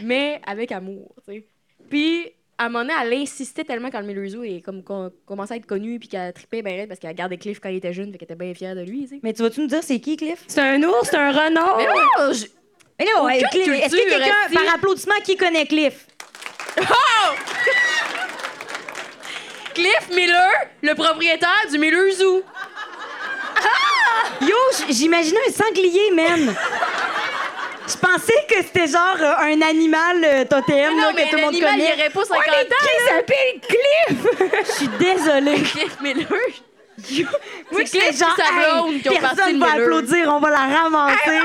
S2: Mais avec amour, tu sais. Puis, à un moment donné, elle insistait tellement quand le Millerzou est comme com- commençait à être connu puis qu'elle trippait bien raide parce qu'elle regardait Cliff quand il était jeune, fait qu'elle était bien fière de lui, tu sais.
S5: Mais tu vas-tu nous dire c'est qui, Cliff?
S4: C'est un ours, c'est un renard.
S2: Mais
S5: Oh!
S2: non, je-
S5: Mais là, ouais, Cliff,
S2: culture,
S5: est-ce que
S2: Esti.
S5: quelqu'un, par applaudissement, qui connaît Cliff?
S2: Cliff Miller, le propriétaire du Miller Zoo.
S5: Yo, j- j'imaginais un sanglier, man! Je pensais que c'était genre euh, un animal euh, totem là, que tout le monde
S2: l'animal, il
S5: connaît.
S2: aurait pas 50 ans.
S4: Qui s'appelle Cliff?
S5: Je suis désolée.
S2: Cliff Miller.
S5: Oui,
S2: Cliff et sa blonde qui ont parti
S5: personne
S2: le
S5: va
S2: Miller.
S5: applaudir, on va la ramasser.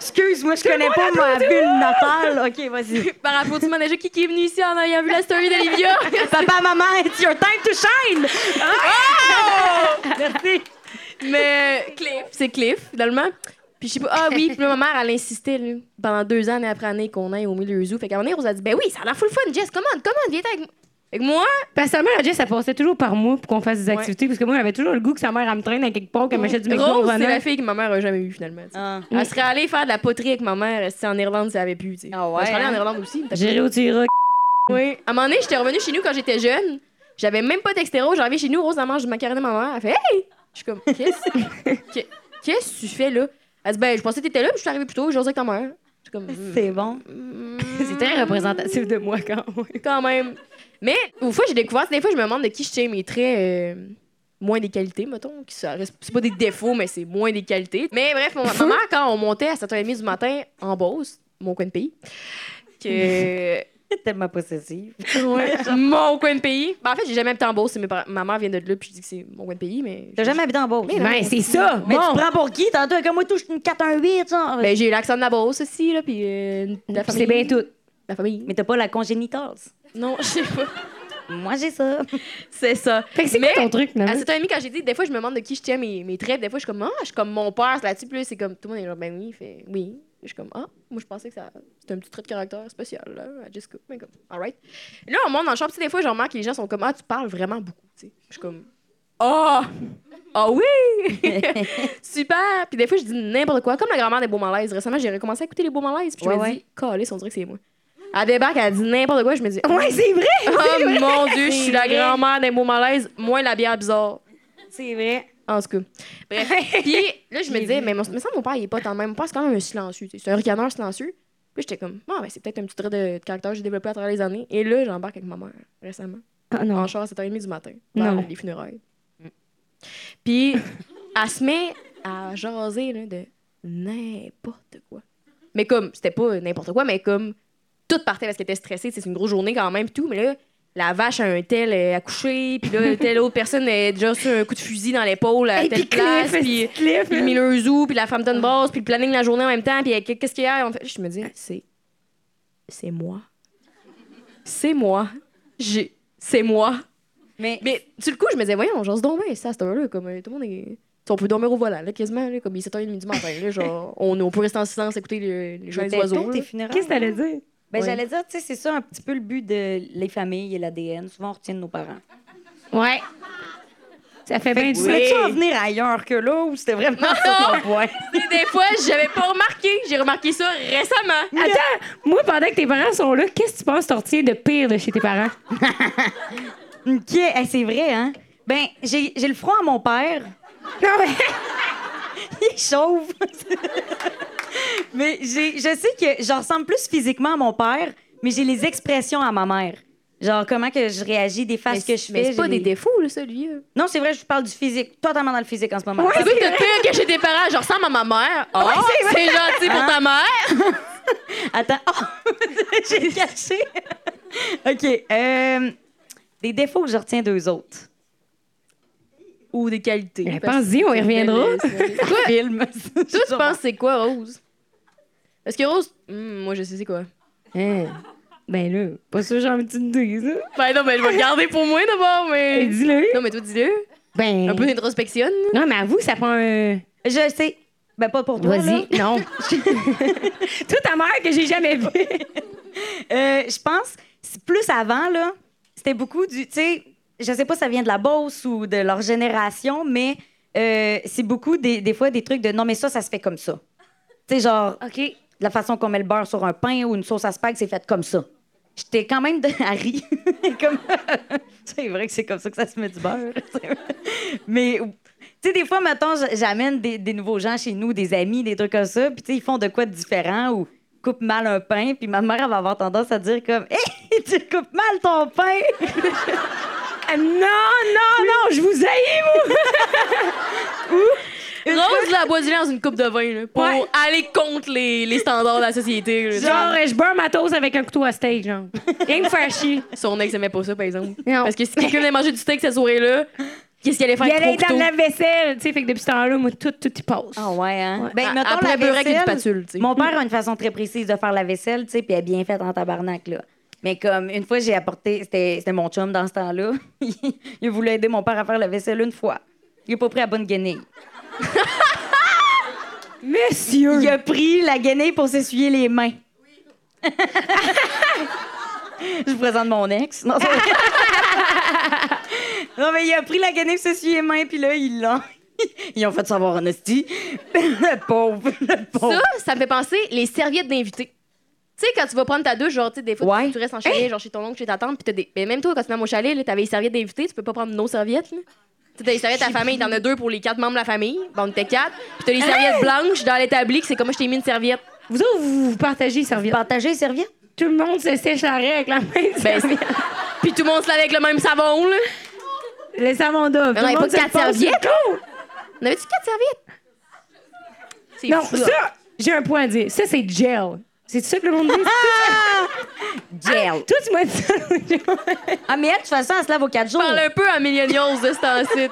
S5: Excuse-moi, je connais pas ma bulle natale. OK, vas-y.
S2: Par applaudissement, déjà, qui qui est venu ici en ayant vu la story d'Olivia?
S5: Papa, maman, it's your time to shine!
S4: Oh!
S5: Merci.
S2: Mais Cliff, c'est Cliff, finalement. Puis je sais pas, ah oui, puis là, ma mère, elle insistait là, pendant deux ans, année après année, qu'on aille au milieu du zoo. Fait qu'à un moment donné, Rose a dit, ben oui, ça a l'air full fun, Jess, commande, commande, viens avec moi. Fait que moi,
S4: Parce que sa mère, elle, ça passait toujours par moi pour qu'on fasse des activités, parce que moi, j'avais toujours le goût que sa mère, elle me traîne à quelque part, qu'elle m'achète du McDo au
S2: Rose, c'est
S4: renard.
S2: la fille que ma mère a jamais eue, finalement. tu sais.
S5: Ah.
S2: Elle serait allée faire de la poterie avec ma mère si en Irlande, si elle avait pu. tu sais.
S5: Ah
S2: Ben,
S5: ouais,
S2: je suis allée en
S5: hein?
S2: Irlande aussi. mais t'as-
S4: J'irai au Tira.
S2: Oui. À un moment donné, j'étais revenue chez nous quand j'étais jeune. J'avais même pas d'extéro. J'arrivais chez nous, Rose, elle mange du macaroni de ma mère. Elle fait Hey! Je suis comme, qu'est-ce que- qu'est-ce que tu fais là? Elle dit, ben, je pensais que t'étais là, puis je suis arrivée plus tôt, j'osais avec ta mère. Je suis comme, hmm,
S5: C'est bon.
S4: C'est très représentatif de moi quand même.
S2: quand même. Mais, au fois, j'ai découvert, des fois, je me demande de qui je tiens mes traits euh, moins des qualités, mettons. qui ça reste- C'est pas des défauts, mais c'est moins des qualités. Mais bref, mon, ma mère, quand on montait à 7h30 du matin en Beauce, mon coin de pays, que.
S5: Tellement possessive.
S2: Ouais, mon coin de pays. Ben, en fait, j'ai jamais habité en Beauce. c'est Mes parents- Ma mère vient de là, puis je dis que c'est mon coin de pays, mais...
S5: T'as jamais habité en Beauce?
S4: Ben, c'est ça!
S5: Mais
S4: bon.
S5: tu prends pour qui? Tantôt, comme moi, touche une 418, genre.
S2: Ben, j'ai eu l'accent de la Beauce aussi, là, puis euh, la
S4: Puis
S2: famille.
S4: c'est bien tout.
S2: La famille.
S5: Mais t'as pas la congénitase.
S2: Non, je sais pas.
S5: Moi, j'ai ça.
S2: C'est ça.
S4: Fait que c'est
S2: Mais-
S4: quoi ton truc,
S2: À
S5: Ah
S4: finalement?
S2: cet ami, quand j'ai dit, des fois, je me demande de qui je tiens mes, mes traits, des fois, je suis comme, ah, je suis comme mon père c'est là-dessus, puis là, c'est comme, tout le monde est genre, ben oui, il fait oui. Je suis comme, ah, moi, je pensais que ça, c'était un petit trait de caractère spécial, là, à Jessica. Mais comme, alright. Là, on monte dans le champ, puis des fois, je remarque que les gens sont comme, ah, tu parles vraiment beaucoup, tu sais. Je suis comme, ah, ah oui! Super! Puis des fois, je dis n'importe quoi, comme la grand-mère des Beaux Malaises. Récemment, j'ai recommencé à écouter les Beaux Malaises, puis je
S5: Ouais,
S2: me
S5: ouais.
S2: dis, calisse, on dirait que c'est moi. Elle débarque, elle dit n'importe quoi, je me dis,
S4: Ouais, c'est vrai!
S2: oh mon Dieu, je suis la
S5: vrai.
S2: grand-mère des Beaux Malaises, moins la bière bizarre.
S5: C'est vrai.
S2: En tout cas. Bref. Puis là, je me disais, mais mon, me semble mon père, il est pas tant même. Mon père, c'est quand même un silencieux. tu sais. C'est un ricaneur silencieux. Puis j'étais comme, ah, ben, c'est peut-être un petit trait de, de caractère que j'ai développé à travers les années. Et là, j'embarque avec ma mère récemment.
S4: Ah, non.
S2: En char à 7h30 du matin. vers
S4: Non.
S2: les funérailles. Puis elle se met à jaser là, de n'importe quoi. Mais comme, c'était pas n'importe quoi, mais comme, tout partait parce qu'elle était stressée. tu sais, C'est une grosse journée quand même, tout. Mais là, la vache a un tel euh, accouché, puis là, telle autre personne est déjà sur un coup de fusil dans l'épaule à
S4: Hey,
S2: telle
S4: puis
S2: place,
S4: Cliff,
S2: puis
S4: c'est Cliff!
S2: puis le Miller Zoo, puis la Frampton Bros, puis le planning de la journée en même temps, puis euh, qu'est-ce qu'il y a? En fait, je me dis, c'est. C'est moi. C'est moi. J'ai. C'est moi.
S5: Mais
S2: Mais sur le coup, je me disais, voyons, genre, se dormir, ça, cette heure-là, comme euh, tout le monde est. Tu sais, On peut dormir au volant, là, quasiment, là, comme il est 7h30 du matin. Là, genre, on, on peut rester en silence, écouter le- les gens
S5: je
S2: des oiseaux. là.
S5: tes funérailles.
S4: Qu'est-ce que t'allais dire?
S5: Ben,
S2: Ouais.
S5: j'allais dire, tu sais, c'est ça un petit peu le but de les familles et l'ADN. Souvent, on retient de nos parents.
S4: Ouais. Ça fait bien du
S5: Tu
S4: sens.
S5: voulais-tu en venir ailleurs que là ou c'était vraiment ça ton point?
S2: Et Des fois, j'avais pas remarqué. J'ai remarqué ça récemment.
S4: Attends, moi, pendant que tes parents sont là, qu'est-ce que tu penses que t'en retiens de pire de chez tes parents?
S5: OK, hey, c'est vrai, hein? Ben, j'ai j'ai le froid à mon père.
S4: Non, mais...
S5: Il est chauve. mais j'ai- je sais que je ressemble plus physiquement à mon père, mais j'ai les expressions à ma mère. Genre, comment que je réagis, des faces que je fais.
S2: mais c'est
S5: j'ai
S2: pas des
S5: les-
S2: défauts, là, ça, lui. là.
S5: Non, c'est vrai, je parle du physique, totalement dans le physique en ce moment.
S2: C'est quoi que t'as pire que chez tes parents? Je ressemble à ma mère. Oh, c'est gentil pour ta mère.
S5: Attends. Oh! J'ai caché. OK. euh, des défauts que je retiens d'eux autres.
S2: Ou des qualités.
S4: Mais
S2: Ben, Parce que
S4: Ben, pense-y, on y
S2: c'est
S4: reviendra.
S2: belle, euh, c'est- Toi,
S5: Film.
S2: toi, tu penses c'est quoi, Rose? Parce que Rose, hmm, moi, je sais c'est quoi.
S4: Hein. Ben là, pas sûr que j'ai envie de te dire ça.
S2: Ben non, ben je vais le garder pour moi d'abord, mais...
S4: Ben, Dis-le.
S2: Non, mais toi, dis-le.
S4: Ben...
S2: Un peu d'introspection. là.
S4: Non, mais avoue, ça prend un...
S5: Je sais. Ben, pas pour toi. là.
S4: Vas-y, non. Toute ta mère que j'ai jamais vue.
S5: Euh, je pense, c'est plus avant, là, c'était beaucoup du. Tu sais, je sais pas si ça vient de la Beauce ou de leur génération, mais euh, c'est beaucoup des, des fois des trucs de non, mais ça, ça se fait comme ça. Tu sais, genre,
S4: OK.
S5: la façon qu'on met le beurre sur un pain ou une sauce à spag, c'est fait comme ça. J'étais quand même de Harry. comme... c'est vrai que c'est comme ça que ça se met du beurre. Mais, tu sais, des fois, mettons, j- j'amène des, des nouveaux gens chez nous, des amis, des trucs comme ça, puis tu sais, ils font de quoi de différent ou coupent mal un pain, puis ma mère, elle va avoir tendance à dire comme « Hé, tu coupes mal ton pain! »
S4: Ah, non, non, non, je vous haïs, moi!
S2: Rose la boit du lait dans une coupe de vin là, pour
S4: Ouais.
S2: aller contre les, les standards de la société. là.
S4: Genre, euh, je beurre ma toast avec un couteau à steak, genre. Rien que me faire chier.
S2: Son ex aimait pas ça, par exemple.
S4: Non.
S2: Parce que si quelqu'un venait manger du steak cette soirée-là, qu'est-ce qu'il allait faire
S4: Il
S2: avec
S4: allait
S2: trois
S4: dans la
S2: couteaux?
S4: vaisselle, tu sais, fait que depuis ce temps-là, moi, tout, tout y passe.
S5: Ah ouais, hein?
S4: Ouais.
S5: Ben,
S2: À-
S5: mettons
S2: après
S5: la
S2: beurre avec une
S5: vaisselle,
S2: spatule, tu sais.
S5: Mon père a une façon très précise de faire la vaisselle, tu sais, puis elle est bien faite en tabarnak, là. Mais comme, une fois, j'ai apporté... C'était c'était mon chum dans ce temps-là. il voulait aider mon père à faire la vaisselle une fois. Il a pas pris la bonne guenille.
S4: Monsieur!
S5: Il a pris la guenille pour s'essuyer les mains. Je vous présente mon ex. Non, c'est vrai. Non, mais il a pris la guenille pour s'essuyer les mains, puis là, ils l'ont... Ils ont fait savoir en hostie. Le pauvre, le
S4: Oh.
S5: pauvre.
S2: Ça, ça me fait penser les serviettes d'invités. Tu sais, quand tu vas prendre ta douche, genre, tu sais, des fois, tu-
S5: Ouais.
S2: tu restes en chalet,
S4: Hein?
S2: genre chez ton oncle, chez ta tante, puis t'as des. Mais même toi, quand tu es dans mon chalet, là, t'avais les serviettes d'invités, tu peux pas prendre nos serviettes, là. Tu sais, t'as les serviettes à la famille, t'en as deux pour les quatre membres de la famille, bon, on était quatre, puis t'as les serviettes blanches dans l'établi, que c'est comme je t'ai mis une serviette.
S4: Vous autres, vous, vous partagez les serviettes.
S5: Partager les serviettes?
S4: Tout le monde se sèche la raie avec la même
S2: Ben,
S4: serviette.
S2: c'est- puis tout le monde se lave avec le même savon, là.
S4: Les savons d'oeuvre.
S2: Mais on avait pas quatre serviettes? On avait-tu quatre serviettes? C'est
S4: Non,
S2: fou, là.
S4: ça, j'ai un point à dire. Ça, c'est gel. C'est ça que le monde dit? Ah!
S5: Gel.
S4: Toi, tu m'as dit ça.
S5: Ah, mais elle, de toute façon, elle se lave aux quatre jours.
S2: parle un peu à Millenials de ce temps-ci.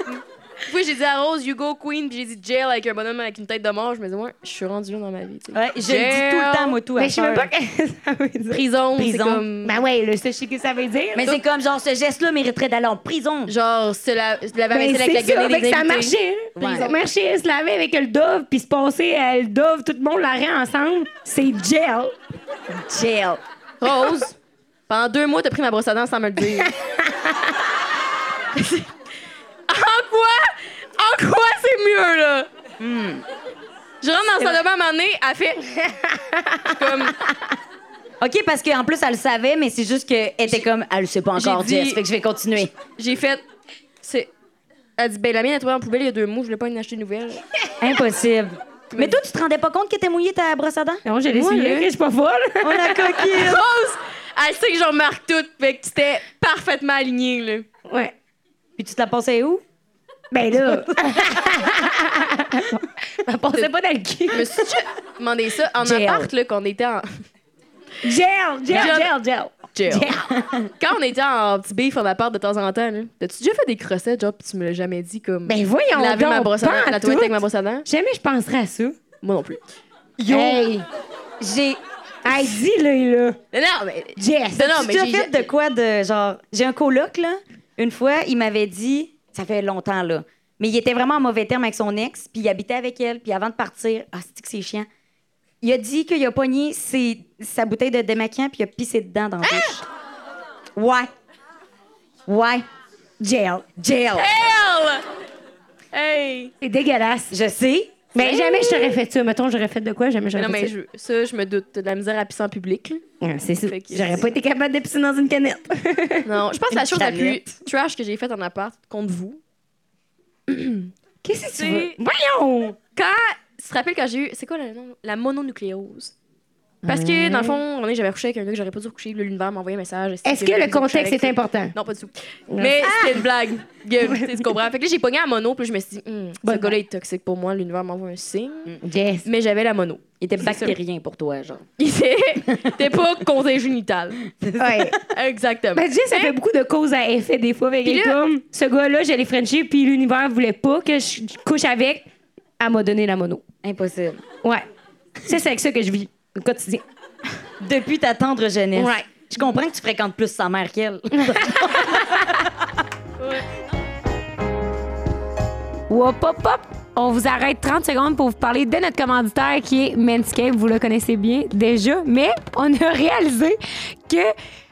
S2: Oui, j'ai dit à Rose, you go queen, puis j'ai dit jail avec un bonhomme avec une tête de mort. Je me dis, ouais, je suis rendue là dans ma vie. tu sais.
S5: Ouais, je le dis tout le temps, moi, tout. à
S4: Mais je sais même
S5: soeur.
S4: pas ce que ça veut dire.
S2: Prison, c'est
S5: Prison.
S2: comme.
S4: Ben ouais, le sachez que ça veut dire.
S5: Mais c'est comme, genre, ce geste-là mériterait d'aller en prison.
S2: Genre, c'est la, c'est la
S4: Ben,
S2: vaisselle avec la
S4: c'est ça,
S2: gueule
S4: fait que
S2: des
S4: ça
S2: invités.
S4: marchait. hein.
S5: Ouais.
S4: Ils ont marché, se laver avec le dove, puis se passer à le dove, tout le monde la raie ensemble. C'est gel.
S5: Gel.
S2: Rose, pendant deux mois, t'as pris ma brosse à dents sans me le dire. en quoi? En quoi c'est mieux, là?
S4: Hmm.
S2: Je rentre dans sa demande à un moment donné, elle fait. Je suis comme.
S5: OK, parce qu'en plus, elle le savait, mais c'est juste qu'elle était comme, elle le sait pas
S2: j'ai
S5: encore,
S2: dit-
S5: Jess, fait que je vais continuer.
S2: J'ai fait. C'est. Elle dit, ben la mienne a trouvé en poubelle il y a deux mois, je voulais pas en acheter une nouvelle.
S5: Impossible. Mais toi, tu te rendais pas compte que t'es mouillé ta brosse à dents?
S4: Non, je l'ai
S2: Moi,
S4: suivi,
S2: là.
S4: ok, je suis pas folle.
S5: On a coquille.
S2: Rose, elle sait que j'en remarque tout, fait que c'était parfaitement aligné, là.
S4: Ouais.
S5: Puis tu te la passais où?
S4: Ben là. On pensait pas dans le cul.
S2: Je me suis juste demandé ça en
S5: Jail.
S2: appart, là, qu'on était en.
S4: Gel, gel,
S2: Gel.
S4: gel,
S2: Jail.
S4: gel.
S2: Quand on était en petit beef en appart de temps en temps, là, t'as-tu déjà fait des crossettes, genre, pis tu me l'as jamais dit, comme.
S4: Ben voyons
S2: laver
S4: donc,
S2: ma brosse à
S4: pas
S2: dents, la toilette
S4: tout.
S2: avec ma brosse à dents?
S4: Jamais je penserais à ça.
S2: Moi non plus.
S5: Hey! J'ai.
S4: Hey, dis-le, là.
S2: Non, non, mais.
S4: Jess.
S2: Non, non, mais
S5: tu as
S2: j'ai-
S5: fait de quoi de genre. J'ai un coloc, là. Une fois, il m'avait dit. Ça fait longtemps, là. Mais il était vraiment en mauvais terme avec son ex, puis il habitait avec elle, puis avant de partir. Ah, c'est que c'est chiant. Il a dit qu'il a pogné ses- sa bouteille de démaquillant, puis il a pissé dedans dans la
S2: Ah!
S5: douche. Ouais. Ouais.
S4: Gel.
S5: Jail.
S2: Elle! Hey!
S4: C'est dégueulasse.
S5: Je sais.
S4: Mais jamais je t'aurais fait ça. Mettons, j'aurais fait de quoi? Jamais j'aurais
S2: Ben Non, mais
S4: fait
S2: je, ça, je me doute. T'as de la misère à pisser en public, là.
S4: ça. Ah, C'est ça.
S2: Fait que-
S4: J'aurais pas été capable de pisser dans une canette.
S2: Non, je pense que la
S5: Une
S2: chose la plus
S5: canette.
S2: trash que j'ai faite en appart contre vous.
S4: Qu'est-ce que tu veux?
S2: C'est-
S4: Voyons!
S2: Quand tu te rappelles quand j'ai eu c'est quoi le nom la mononucléose. Parce que dans le fond, un moment donné, j'avais couché avec un gars que j'aurais pas dû coucher, puis là, l'univers m'a envoyé un message.
S4: Est-ce que le contexte Ah! est important?
S2: Non, pas du tout. Mais c'était une blague. Que- tu sais, tu comprends. Fait que là, j'ai pogné à mono, puis là, je me suis dit, Hum, ce
S4: Bonne Mm.
S2: gars-là est toxique pour moi, l'univers m'envoie un signe.
S4: Jess.
S2: Mais j'avais la mono.
S5: Il était bactérien pour toi, genre.
S2: Il était t'es pas conseil génital.
S4: Ouais.
S2: Exactement.
S4: Ben, Jess, ça fait beaucoup de causes à effet des fois. Fait que
S2: Puis là-
S4: comme ce gars-là, j'allais Frenchie, puis l'univers voulait pas que je je couche avec, elle m'a donné la mono.
S5: Impossible.
S4: Ouais. Ça, c'est avec ça que je vis au quotidien.
S5: Depuis ta tendre jeunesse.
S4: Ouais.
S5: Je comprends que tu fréquentes plus sa mère qu'elle.
S1: Wop, hop, hop. On vous arrête 30 secondes pour vous parler de notre commanditaire qui est Manscaped. Vous le connaissez bien déjà, mais on a réalisé que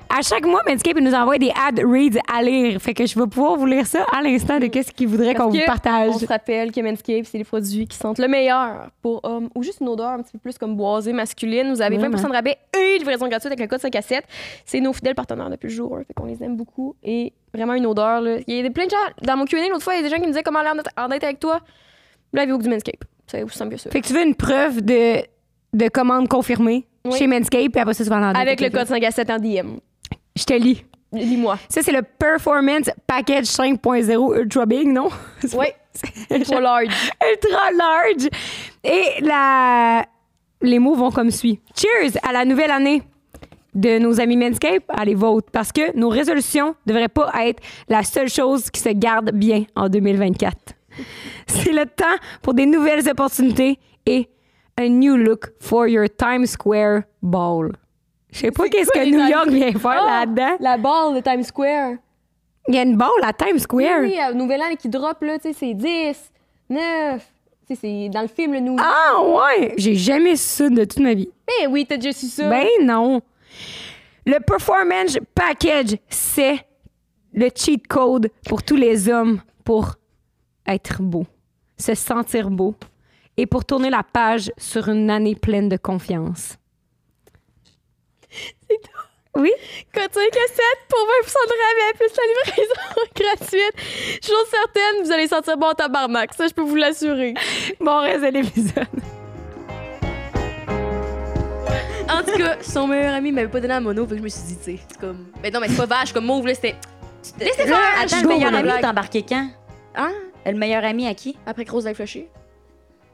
S1: à chaque mois, Manscaped il nous envoie des ad reads à lire. Fait que je vais pouvoir vous lire ça à l'instant de qu'est-ce qu'il voudrait qu'on
S2: Parce
S1: vous
S2: que
S1: partage.
S2: On se rappelle que Manscaped, c'est les produits qui sentent le meilleur pour hommes ou juste une odeur un petit peu plus comme boisée masculine. Vous avez
S1: Vraiment.
S2: 20 de rabais et livraison gratuite avec le code 5 à 7. C'est nos fidèles partenaires depuis le jour. hein. Fait qu'on les aime beaucoup et vraiment une odeur. là. Il y a des- plein de gens dans mon QA l'autre fois, il y a des gens qui me disaient comment l'air d'être- en date avec toi. Lavez-vous du Manscaped. C'est aussi simple que ça.
S1: Fait que tu veux une preuve de, de commande confirmée
S2: Oui.
S1: chez Manscaped, puis après ça, tu vas en date
S2: Avec le
S1: quelqu'un.
S2: code 5 à 7 en DM.
S1: Je te lis.
S2: Dis-moi.
S1: Ça, c'est le Performance Package 5.0 Ultra Big, non? C'est
S2: Oui, Ah!
S1: pas-
S2: trop large.
S1: ultra large. Et la... les mots vont comme suit. Cheers à la nouvelle année de nos amis Manscaped, allez vote parce que nos résolutions devraient pas être la seule chose qui se garde bien en 2024. C'est le temps pour des nouvelles opportunités et un new look for your Times Square ball. Je sais pas qu'est-ce que
S2: les
S1: New
S2: Times-
S1: York vient faire
S2: Ah,
S1: là-dedans.
S2: La balle de Times Square.
S1: Il y a une balle à Times Square.
S2: Oui, à Nouvel An qui drop, là, tu sais, c'est 10, 9. Tu sais, c'est dans le film, le Nouvel
S1: Ah ouais, j'ai jamais su ça de toute ma vie.
S2: Ben oui, t'as déjà su ça.
S1: Ben non. Le performance package, c'est le cheat code pour tous les hommes pour être beau, se sentir beau et pour tourner la page sur une année pleine de confiance. Oui,
S2: Code 5 à 7 pour 20 de rabais, plus la livraison gratuite. Je suis certaine, vous allez sentir bon en tabarnak. Ça, je peux vous l'assurer.
S1: bon reste de l'épisode.
S6: En tout cas, son meilleur ami m'avait pas donné la mono, fait que je me suis dit, tu sais, c'est comme. Mais non, mais c'est pas vache, comme move, là, c'était. Laissez faire!
S5: Attends, le
S6: Go,
S5: meilleur
S6: la
S5: ami,
S6: blague.
S5: t'es embarqué quand?
S6: Hein?
S5: Le meilleur ami à qui?
S6: Après grosse live flushée.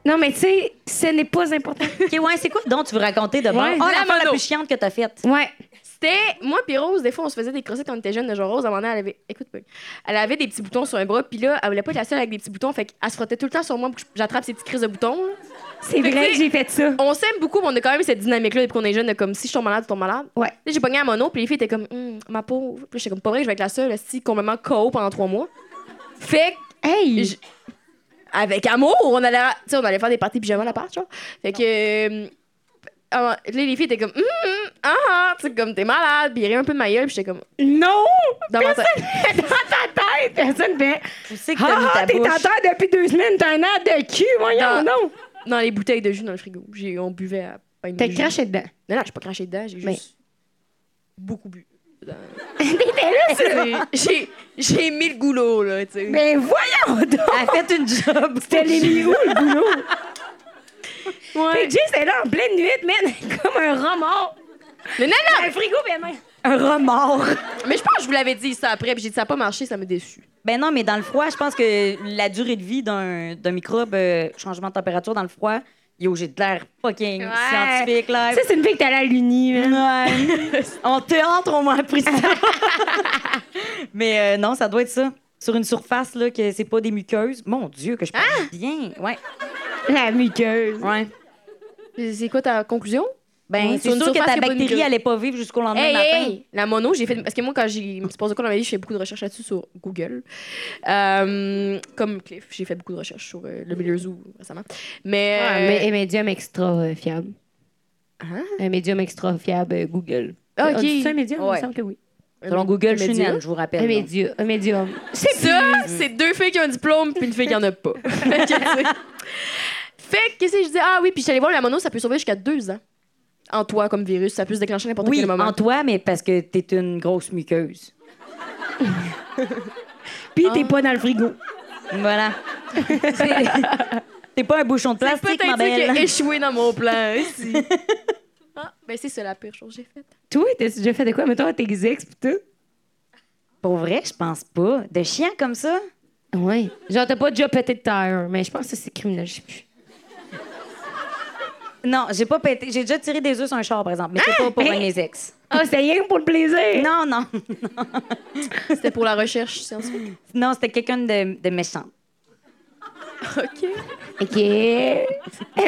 S4: Non, mais tu sais, ce n'est pas important.
S5: OK, ouais, c'est quoi donc tu veux raconter de bon?
S4: Ouais,
S5: oh,
S6: la
S5: la fois la
S6: mono.
S5: plus chiante que t'as faite.
S4: Ouais.
S6: C'était moi puis Rose, des fois on se faisait des crossettes quand on était jeunes, de genre Rose à un moment donné, elle avait écoute Pug. elle avait des petits boutons sur un bras puis là elle voulait pas être la seule avec des petits boutons fait qu'elle se frottait tout le temps sur moi pour que j'attrape ces petites crises de boutons. là.
S4: C'est
S6: Fait que
S4: vrai
S6: tu
S4: que
S6: sais-
S4: j'ai fait ça.
S6: On s'aime beaucoup, mais on a quand même cette dynamique là depuis qu'on est jeune de comme si je tombe malade, tu tombes malade.
S4: Ouais.
S6: Tu sais, j'ai pogné à mono puis les filles étaient comme Hum, ma pauvre. Puis là, j'étais comme pas vrai, je vais être la seule si complètement KO pendant trois mois. Fait que
S4: Hey!
S6: Je- avec amour, on allait, tu sais, on allait faire des parties pyjama à l'appart, genre. Fait que. euh, ah, là, les filles étaient comme, Hum, hum, ah, ah, tu sais, comme t'es malade, puis ils riaient un peu de ma gueule, puis j'étais comme,
S4: Non!
S6: dans ma tête.
S4: Dans ta tête, personne fait.
S5: Où c'est que t'as mis
S4: Ah, ah,
S5: ta
S4: t'es en
S5: bouche?
S4: terre depuis deux semaines, t'as un air de cul, voyons,
S6: Dans-
S4: non!
S6: Dans les bouteilles de jus dans le frigo. J'ai, on buvait à peine.
S4: T'as
S6: de jus.
S4: craché dedans.
S6: Non, non, j'ai pas craché dedans, j'ai
S4: Mais-
S6: juste beaucoup bu.
S4: T'étais là, c'est
S6: j'ai, j'ai mis le goulot, là, tu sais.
S4: Mais voyons donc!
S5: Elle a fait une job.
S4: C'était les miou, le boulot!
S6: Ouais.
S4: Fait que Jay, c'est là en pleine nuit, man, comme un remords!
S6: Mais non, non!
S4: Un frigo, ben, man.
S5: Un remords.
S6: Mais je pense que je vous l'avais dit ça après, puis j'ai dit ça a pas marché, ça m'a déçu.
S5: Ben non, mais dans le froid, je pense que la durée de vie d'un d'un microbe, euh, changement de température dans le froid, yo, j'ai de l'air fucking scientifique, là.
S4: Ça, c'est une fille que t'allais à l'uni, man.
S5: Ouais. On théâtre, on m'a appris ça. mais euh, non, ça doit être ça. Sur une surface, là, que c'est pas des muqueuses. Mon Dieu, que je parle bien. Ouais,
S4: La muqueuse.
S5: Ah! ouais.
S6: C'est quoi ta conclusion?
S5: Ben,
S6: Ouais,
S5: c'est
S6: sur une
S5: sûr que
S6: surface,
S5: ta
S6: y a pas de
S5: bactérie
S6: muqueuse.
S5: allait pas vivre jusqu'au lendemain
S6: Hey,
S5: matin.
S6: hey, la mono, j'ai fait. Parce que moi, quand j'ai- il me se passe de quoi dans ma vie, je fais beaucoup de recherches là-dessus sur Google. Euh, comme Cliff, j'ai fait beaucoup de recherches sur euh, le milieu zoo récemment. Mais.
S4: Ouais, Ah, mais un médium extra euh, fiable.
S6: Hein?
S4: Un médium extra fiable, euh, Google.
S6: Ah,
S4: On
S6: ok.
S4: dit ça, un médium? Il me
S5: Ouais.
S4: semble que oui.
S5: Selon Google, je suis
S6: Média.
S5: naine, je vous rappelle.
S4: Un
S5: là.
S4: médium. Un médium.
S6: euh, Ça, c'est deux filles qui ont un diplôme, puis une fille qui en a pas. fait que, tu sais. Fait que, qu'est-ce que je dis? Ah oui, puis j'allais voir, la mono, ça peut survivre jusqu'à deux ans. En toi, comme virus, ça peut se déclencher à n'importe
S5: Oui,
S6: quel moment.
S5: en toi, mais parce que t'es une grosse muqueuse.
S4: Puis t'es pas dans le frigo.
S5: Voilà. C'est- T'es pas un bouchon de
S6: C'est
S5: plastique, ma
S6: peut-être ça qui a
S5: belle.
S6: échoué dans mon plan ici. ah, ben c'est ça la pire chose que j'ai faite.
S4: Toi, t'as déjà fait de quoi? Mettons, à tes ex, pis tout.
S5: Pour vrai, je pense pas. De chien comme ça?
S4: Ouais. Genre, t'as pas déjà pété de terre, mais je pense que ça, c'est criminel, je sais plus.
S5: Non, j'ai pas pété. J'ai déjà tiré des œufs sur un char, par exemple, mais c'est pas pour
S4: Hein?
S5: un de mes ex.
S4: Ah, c'est rien que pour le plaisir!
S5: Non, non.
S6: C'était pour la recherche scientifique.
S5: Non, c'était quelqu'un de, de méchant.
S6: OK.
S4: OK. Eh,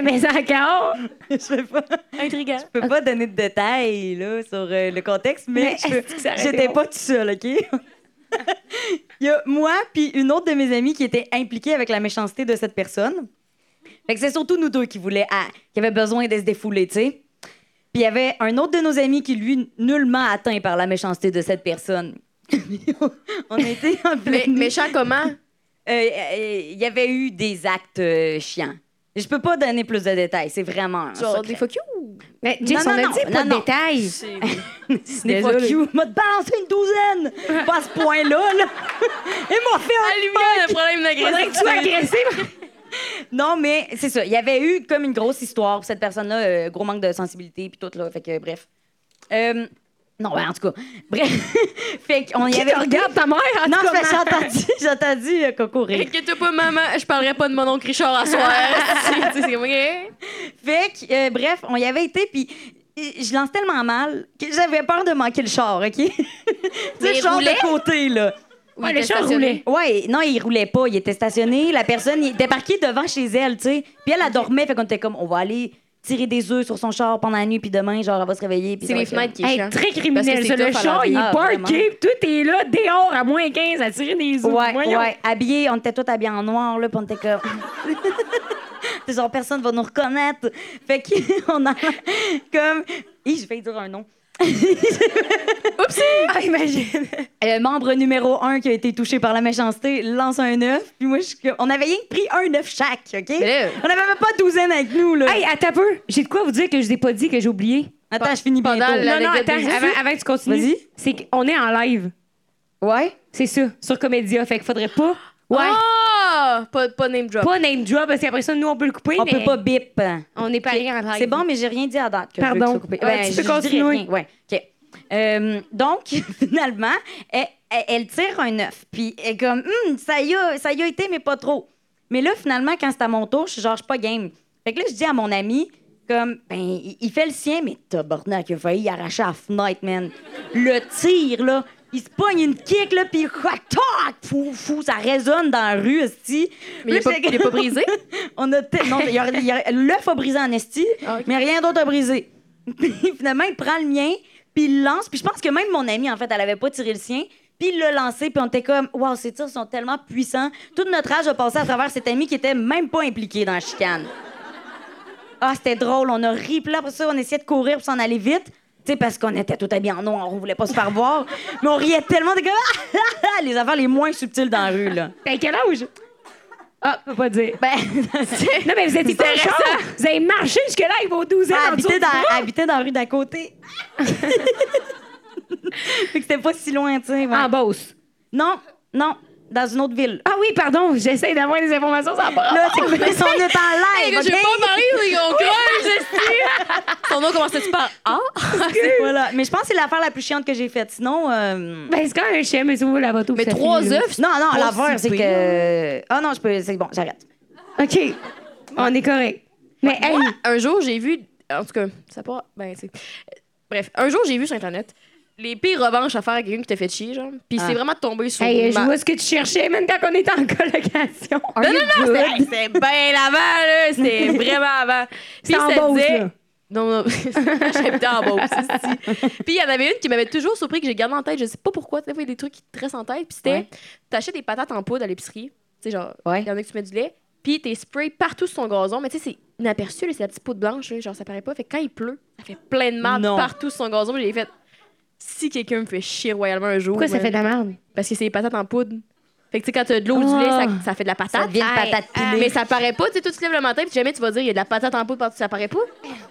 S4: mais encore!
S5: je sais pas.
S6: Intriguant.
S5: Je peux pas donner de détails là, sur euh, le contexte, mais, je peux-
S4: est-ce que ça aurait été
S5: j'étais
S4: bon?
S5: pas tout seul, OK? Il y a moi puis une autre de mes amies qui était impliquée avec la méchanceté de cette personne. Fait que c'est surtout nous deux qui voulaient, ah, qui avaient besoin de se défouler, tu sais. Puis il y avait un autre de nos amis qui, lui, nullement atteint par la méchanceté de cette personne. On était en
S6: Mais,
S5: pleine nuit.
S6: méchant comment?
S4: Ah,
S5: Euh, euh, Il y avait eu des actes euh, chiants. Je peux pas donner plus de détails, c'est vraiment. un
S6: Genre
S5: secret.
S6: des fuck you?
S4: Mais Jason
S5: non,
S4: a
S5: non,
S4: dit pas
S5: non,
S4: de
S5: non.
S4: détails.
S5: Des
S4: Désolée.
S5: fuck you. M'a balancé une douzaine. Pas à ce point-là, là. Et m'a fait un
S6: Allumière, le problème
S4: Faudrait que tu sois
S6: d'agressivité.
S4: agressive.
S5: Non, mais c'est ça. Il y avait eu comme une grosse histoire pour cette personne-là, euh, gros manque de sensibilité, puis tout, là. Fait que, euh, bref. Euh, non, ben, en tout cas. Bref. fait qu'on y
S4: Qui
S5: avait.
S4: te regarde, ta mère? en
S5: Non,
S4: tout cas,
S5: c'est
S4: ma-
S5: parce que j'ai entendu, j'ai entendu euh, Coco rire.
S6: Inquiète-toi pas, maman, je parlerai pas de mon oncle Richard à soir. Tu sais, c'est comme, ok.
S5: Fait que, euh, bref, on y avait été, puis euh, je lance tellement mal que j'avais peur de manquer le char, OK? tu sais,
S6: Mais
S5: le char
S6: roulait?
S5: de côté, là.
S6: Oui,
S4: Ouais,
S6: il
S4: le
S6: était
S4: chat
S6: stationné.
S4: roulait.
S5: Ouais, non, il roulait pas, il était stationné. La personne, il était parqué devant chez elle, tu sais. Puis elle, elle dormait, fait qu'on était comme, on va aller tirer des œufs sur son char pendant la nuit, puis demain, genre, elle va se réveiller. puis
S6: C'est
S5: ça va
S6: les
S5: être-
S6: fenêtres qui est
S4: Hey,
S6: chiant.
S4: très
S6: Parce que
S4: criminel.
S6: c'est
S4: ça. Le
S6: tough à
S4: char,
S6: laver.
S4: il est
S5: Ah,
S4: parké. Tout est là, dehors, à moins 15, à tirer des œufs.
S5: Ouais,
S4: Voyons.
S5: ouais, habillés, on était tous habillés en noir, là, puis on était comme... C'est genre, personne va nous reconnaître. Fait qu'on a comme... Hi, j'ai failli dire un nom.
S4: Ah, imagine.
S5: Euh, membre numéro un qui a été touché par la méchanceté lance un œuf. Puis moi, je suis comme- on avait rien que pris un œuf chaque, OK?
S6: là-
S5: On n'avait même pas douzaine avec nous, là.
S4: Hey, attends un peu. J'ai de quoi vous dire que je n'ai pas dit que j'ai oublié.
S5: Attends, je finis
S6: pendant
S5: bientôt.
S6: La
S4: Non, non,
S6: anecdote
S4: attends.
S6: des
S4: Avant, avant que tu continues,
S5: Vas-y.
S4: c'est qu'on est en live.
S5: Ouais?
S4: C'est ça, sur Comédia. Fait qu'il faudrait pas. Ouais.
S6: Ah! Pas, pas name drop.
S4: Pas name drop, parce qu'après ça, nous, on peut le couper.
S5: On
S4: mais
S5: peut pas bip.
S4: On n'est pas allé en live.
S5: C'est bon, mais j'ai rien dit à date. Que je veux
S4: Pardon.
S5: que ça coupe.
S4: Ouais, tu
S5: Ben,
S4: peux
S5: je- je dirai
S4: continuer.
S5: rien. Ouais, OK. Euh, donc, finalement, elle, elle- elle tire un œuf. Puis elle est comme, Hum, ça, y a, ça y a été, mais pas trop. Mais là, finalement, quand c'est à mon tour, je suis genre, je suis pas game. Fait que là, je dis à mon ami, comme, ben, il il fait le sien, mais tabarnak, il a failli arracher la fenêtre, man. Le tir, là, il se pogne une kick, là, puis tac, Ah, tac, fou, fou, ça résonne dans la rue, esti.
S6: Mais il est
S5: Là,
S6: pas-
S5: j'étais
S6: il est pas
S5: comme-
S6: brisé?
S5: on a te- non, il y a- il y a- l'œuf a brisé en esti,
S6: Ah, ok.
S5: mais rien d'autre a brisé. Puis finalement, il prend le mien, puis il le lance. Puis je pense que même mon amie, en fait, elle avait pas tiré le sien. Puis il l'a lancé, puis on était comme, waouh, ces tirs sont tellement puissants. Toute notre âge a passé à travers cet ami qui était même pas impliqué dans la chicane. Ah, c'était drôle, on a ri, puis là, après ça, on essayait de courir pour s'en aller vite. Tu sais, parce qu'on était tout habillés en noir, on voulait pas se faire voir. Mais on riait tellement, de comme, Ah, ah, ah, les affaires les moins subtiles dans la rue, là.
S4: T'as Ben, quel âge? Ah, je peux pas dire.
S5: Ben,
S4: Non, mais vous êtes hyper
S6: intéressant.
S4: chauds. Vous avez marché jusque-là avec vos 12 ans.
S5: Ah,
S4: en dessous
S5: habiter,
S4: du
S5: dans,
S4: bras.
S5: habiter dans la rue d'à côté. fait que c'était pas si loin, tu sais. ouais.
S6: Ah.
S4: En Beauce.
S5: Non, non, dans une autre ville.
S4: Ah oui, pardon, j'essaie d'avoir des informations sans bras.
S5: Là, c'est on est en
S6: Hey,
S5: live,
S6: là, j'ai
S5: OK?
S6: pas parlé, oui, on creuse, esti. Ton nom commençait-tu par
S4: Ah,
S6: A?
S5: Voilà. Mais je pense que c'est l'affaire la plus chiante que j'ai faite. Sinon, euh,
S4: Ben, c'est quand même un chien, mais c'est où la moto?
S6: Mais
S4: ça
S6: trois
S4: finit, là.
S6: œufs,
S5: non, non, l'affaire,
S6: si
S5: c'est que... Ah non, je peux... C'est bon, j'arrête.
S4: OK. On est correct. Mais, hey,
S6: Moi, un jour, j'ai vu. En tout cas, ça pas. Ben, c'est. Bref, un jour, j'ai vu sur Internet les pires revanches à faire à quelqu'un qui t'a fait chier, genre. Puis c'est vraiment tombé sur.
S4: Ah. hey, je
S6: ma-
S4: vois ce que tu cherchais, même quand on était en colocation.
S6: Non, non, non, c'était hey, c'était bien avant, là. C'était vraiment avant. Puis
S4: C'était en
S6: ça
S4: Beauce,
S6: disait-
S4: là.
S6: Non, non, j'habitais en Beauce. ici. Puis il y en avait une qui m'avait toujours surpris, que j'ai gardé en tête. Je sais pas pourquoi. Tu sais, il y a des trucs qui te restent en tête. Puis c'était
S5: Ouais.
S6: t'achètes des patates en poudre à l'épicerie. Tu sais, genre, il
S5: Ouais.
S6: y en a que tu mets du lait. Puis t'es spray partout sur ton gazon. Mais tu sais, c'est inaperçu, là, c'est la petite poudre blanche. là, genre, ça paraît pas. Fait que quand il pleut, ça fait plein de marde
S5: Non.
S6: partout sur son gazon. J'ai fait. Si quelqu'un me fait chier royalement un jour.
S4: Pourquoi ça
S6: ouais,
S4: fait de la Ah. merde?
S6: Parce que c'est des patates en poudre. Fait que tu sais, quand t'as de l'eau, du lait, ça, ça fait de la patate.
S5: Ça devient une
S6: Aïe.
S5: patate
S4: euh,
S5: pilée.
S6: Mais ça paraît pas, tu sais, toi tu te lèves le matin puis jamais tu vas dire il y a de la patate en poudre partout, ça paraît pas.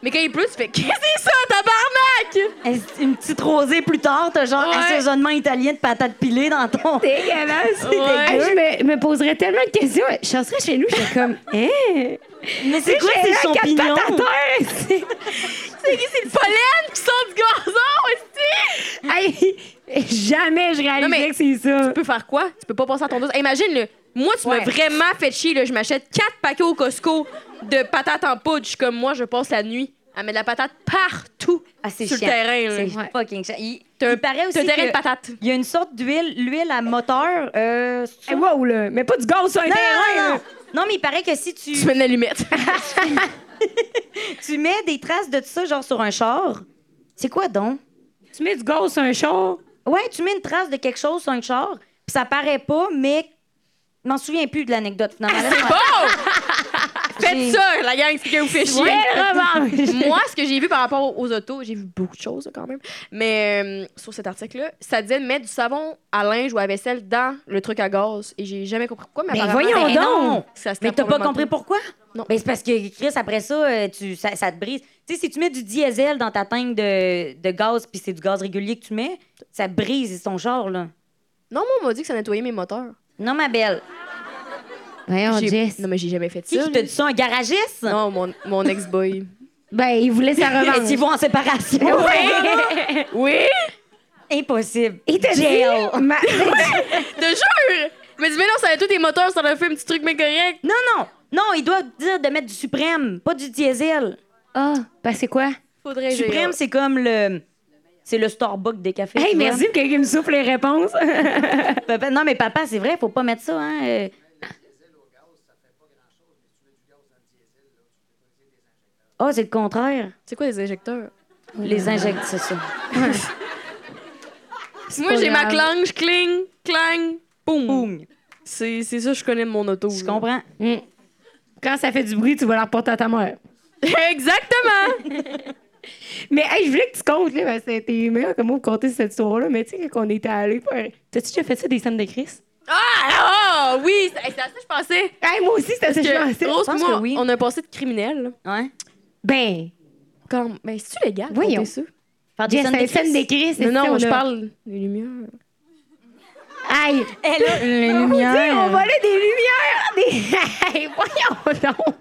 S6: Mais quand il pleut, tu fais qu'est-ce que c'est ça, tabarnak
S5: Est-ce- Une petite rosée plus tard, t'as genre
S6: Ouais.
S5: assaisonnement italien de patates pilées dans ton...
S4: Dégueulasse!
S6: Ouais.
S4: Hey, je me, me poserais tellement de questions. Je serais chez nous, j'étais comme, hein?
S5: Mais c'est quoi ces champignons?
S6: C'est qui c'est le pollen qui sort du gazon aussi
S4: Hey, jamais je réalisais
S6: Non, mais-
S4: que c'est ça.
S6: Tu peux faire quoi Tu peux pas passer à ton dos. Hey, imagine le moi tu m'as vraiment fait chier là, je m'achète quatre paquets au Costco de patates en poudre, je suis comme moi je passe la nuit à mettre de la patate partout
S5: Ah, c'est
S6: sur
S5: chiant.
S6: le terrain. là.
S5: C'est fucking chiant. Il,
S6: T'as un-
S5: il paraît aussi
S6: t'as un terrain
S5: que-
S6: de patates.
S5: Il y a une sorte d'huile, l'huile à moteur. Euh,
S4: Hey, wow, là. Mais euh, pas du gaz sur un
S5: Non,
S4: terrain,
S5: non,
S4: là.
S5: non. Non, mais il paraît que si tu,
S6: Tu mets de l'allumette.
S5: tu mets des traces de tout ça, genre sur un char, c'est quoi donc?
S4: Tu mets du gaz sur un char.
S5: Ouais, tu mets une trace de quelque chose sur un char, Puis ça paraît pas, mais je m'en souviens plus de l'anecdote finalement. Laisse-moi-
S6: Faites ça, la gang, expliquez vous fait chier. Moi, ce que j'ai vu par rapport aux autos, j'ai vu beaucoup de choses là, quand même, mais euh, sur cet article-là, ça disait de mettre du savon à linge ou à vaisselle dans le truc à gaz. Et j'ai jamais compris pourquoi, mais,
S5: Mais
S6: apparemment,
S5: voyons
S6: ben
S5: donc!
S6: non, ça se
S5: Mais
S6: tape
S5: t'as pas
S6: complètement
S5: compris
S6: tout.
S5: pourquoi?
S6: Non.
S5: Ben, c'est parce que, Chris, après ça, euh, tu, ça, ça te brise. Tu sais, si tu mets du diesel dans ta tank de, de gaz, puis c'est du gaz régulier que tu mets, ça brise ton genre, là.
S6: Non, moi, on m'a dit que ça nettoyait mes moteurs.
S5: Non, ma belle.
S4: Ah,
S7: Voyons,
S6: J'ai-
S7: Jess.
S6: Non, mais j'ai jamais fait
S5: Qui
S6: ça.
S5: qui t'a
S6: là.
S5: dit ça, un garagiste?
S6: Non, mon, mon ex-boy.
S7: Ben, il voulait sa
S5: Mais
S7: revanche.
S5: S'ils vont en séparation.
S6: oui?
S5: Impossible.
S4: Il t'a
S5: Jail.
S4: dit... ma-
S6: Te jure! Mais dis, mais non, ça a tous des moteurs, ça a fait un petit truc, mais correct.
S5: Non, non. Non, il doit dire de mettre du suprême, pas du diesel.
S7: Ah, ben c'est quoi?
S6: Faudrait
S5: Suprême, c'est comme le. C'est le Starbucks des cafés.
S4: Hey,
S5: tu vois.
S4: merci pour quelqu'un qui me souffle les réponses.
S5: Papa- non, mais papa, c'est vrai, faut pas mettre ça, hein. euh. Ah, c'est le contraire.
S6: C'est quoi les injecteurs?
S5: Les injectes, c'est ça.
S6: Moi,
S7: pas
S6: j'ai ma
S7: grave.
S6: clanche, cling, clang, boum.
S5: Boum.
S6: C'est c'est ça, je connais de mon auto.
S5: Je
S6: là.
S5: comprends.
S4: Quand ça fait du bruit, tu vas la reporter à ta mère.
S6: Exactement!
S4: Mais hey, je voulais que tu comptes, là, parce que t'es meilleur que moi pour compter cette histoire-là. Mais tu sais, quand on était allés faire. T'as-tu déjà fait ça des scènes de Chris?
S6: Ah, ah, oui! C'est à ça que je pensais.
S4: Hey, moi aussi, c'était à ça que je
S6: Que,
S4: pensais.
S6: Rose,
S5: pense
S6: moi,
S5: que oui.
S6: on a passé de criminel.
S5: Ouais.
S4: Ben,
S6: Comme, ben, c'est-tu légal? de
S4: Voyons.
S6: compter ça?
S5: Faire des
S4: Jess,
S5: scènes
S4: c'est une
S5: de
S4: scène
S5: crise.
S4: de Chris.
S6: Non, non,
S4: on
S6: je
S4: a-
S6: parle des lumières.
S4: Aïe!
S5: Elle a une
S4: Dieu,
S6: euh.
S4: on
S5: lumière.
S4: volait des lumières! Des... Hey, voyons donc!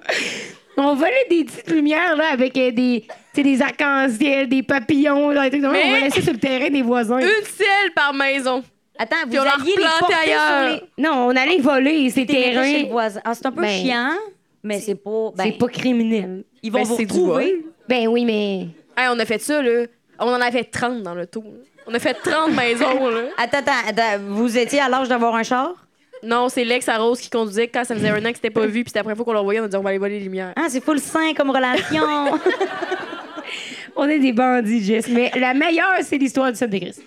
S4: On volait des petites lumières là, avec euh, des, tu sais, des arcs-en-ciel, des papillons, là, des trucs de même.
S6: Mais- Euh.
S4: On volait ça sur le terrain des voisins.
S6: Une selle par maison.
S5: Attends, vous
S6: Puis on la
S5: alliez les
S6: replante
S5: porter
S6: ailleurs.
S5: sur
S4: Non, on allait voler ces
S5: les terrains chez
S4: terrains.
S5: le voisin. Ah, c'est un peu
S4: Ben,
S5: chiant, mais c'est pas... ben,
S4: C'est pas criminel.
S5: Ils vont
S6: ben,
S5: vous
S6: c'est du
S5: retrouver.
S4: Ben oui, mais.
S6: Hey, on a fait ça, là. On en avait 30 dans l'auto. là. On a fait 30 maisons, là.
S5: Attends, attends, attends, vous étiez à l'âge d'avoir un char?
S6: Non, c'est l'ex à Rose qui conduisait quand ça faisait un an que c'était pas vu, puis c'était la première fois qu'on l'a envoyé, on a dit on va aller voler les lumières.
S5: Ah, c'est full sain comme relation.
S4: On est des bandits, Jess. Mais la meilleure, c'est l'histoire du Saint de Christ.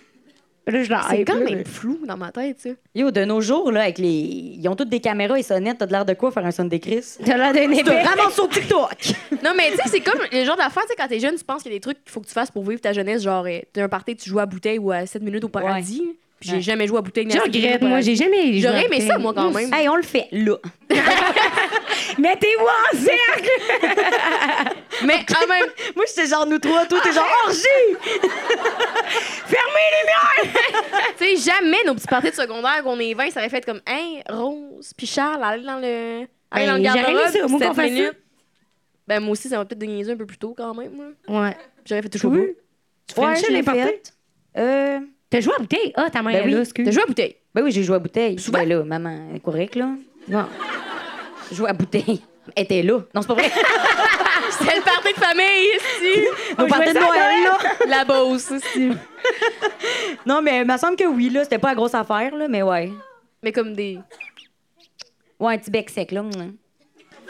S4: Là, je la
S6: C'est
S4: hype,
S6: quand
S4: là,
S6: même
S4: mais-
S6: flou dans ma tête, ça.
S5: Yo, de nos jours, là, avec les. Ils ont toutes des caméras et sonnettes, t'as de l'air de quoi faire un son des crises?
S4: T'as l'air d'un
S5: Tu te
S4: épée.
S5: ramasses sur TikTok!
S6: Non, mais tu sais, c'est comme le genre d'affaire, tu sais, quand t'es jeune, tu penses qu'il y a des trucs qu'il faut que tu fasses pour vivre ta jeunesse. Genre, euh, t'as un party, tu joues à bouteille ou à 7 minutes au paradis. Puis j'ai
S5: Ouais.
S6: jamais joué à bouteille. ni à
S4: Je
S6: sept minutes
S4: regrette,
S6: au
S4: moi,
S6: paradis.
S4: j'ai jamais.
S6: J'aurais aimé ça, moi, quand même.
S5: hey, on le fait, là.
S4: Mettez-vous en cercle!
S6: Mais quand même,
S5: Moi, j'étais genre nous trois, toi, t'es genre orgie!
S6: tu sais, jamais nos petits parties de secondaire qu'on est 20, ça aurait fait comme, hein, Rose, puis Charles, allez dans le. Allez dans le
S4: Ben, j'aurais aimé
S6: garde-robe,
S4: ça, au moins
S6: sept
S4: qu'on fasse ça.
S6: minutes. Ben, moi aussi, ça m'a peut-être déniaisé un peu plus tôt quand même. là.
S4: Ouais.
S6: J'aurais fait toujours
S4: Oui. Tu fais une
S5: je
S4: chaîne
S5: l'ai
S4: importante.
S5: faite. Euh.
S4: T'as joué à bouteille? Ah, ta mère
S5: Ben
S4: est
S5: oui.
S4: là, excuse.
S6: T'as joué à bouteille.
S5: Ben oui, j'ai joué à bouteille.
S6: Souvent.
S5: Ben là, maman, correct, là.
S4: Non.
S5: Jouer à bouteille. Elle était là. Non, c'est pas vrai.
S6: C'était le party de famille, ici.
S5: On partait de Noël, là.
S6: La Beauce, ici.
S5: Non, mais il me semble que oui, là. C'était pas la grosse affaire, là, mais ouais.
S6: Mais comme des.
S5: Ouais, un petit bec sec, là. mm.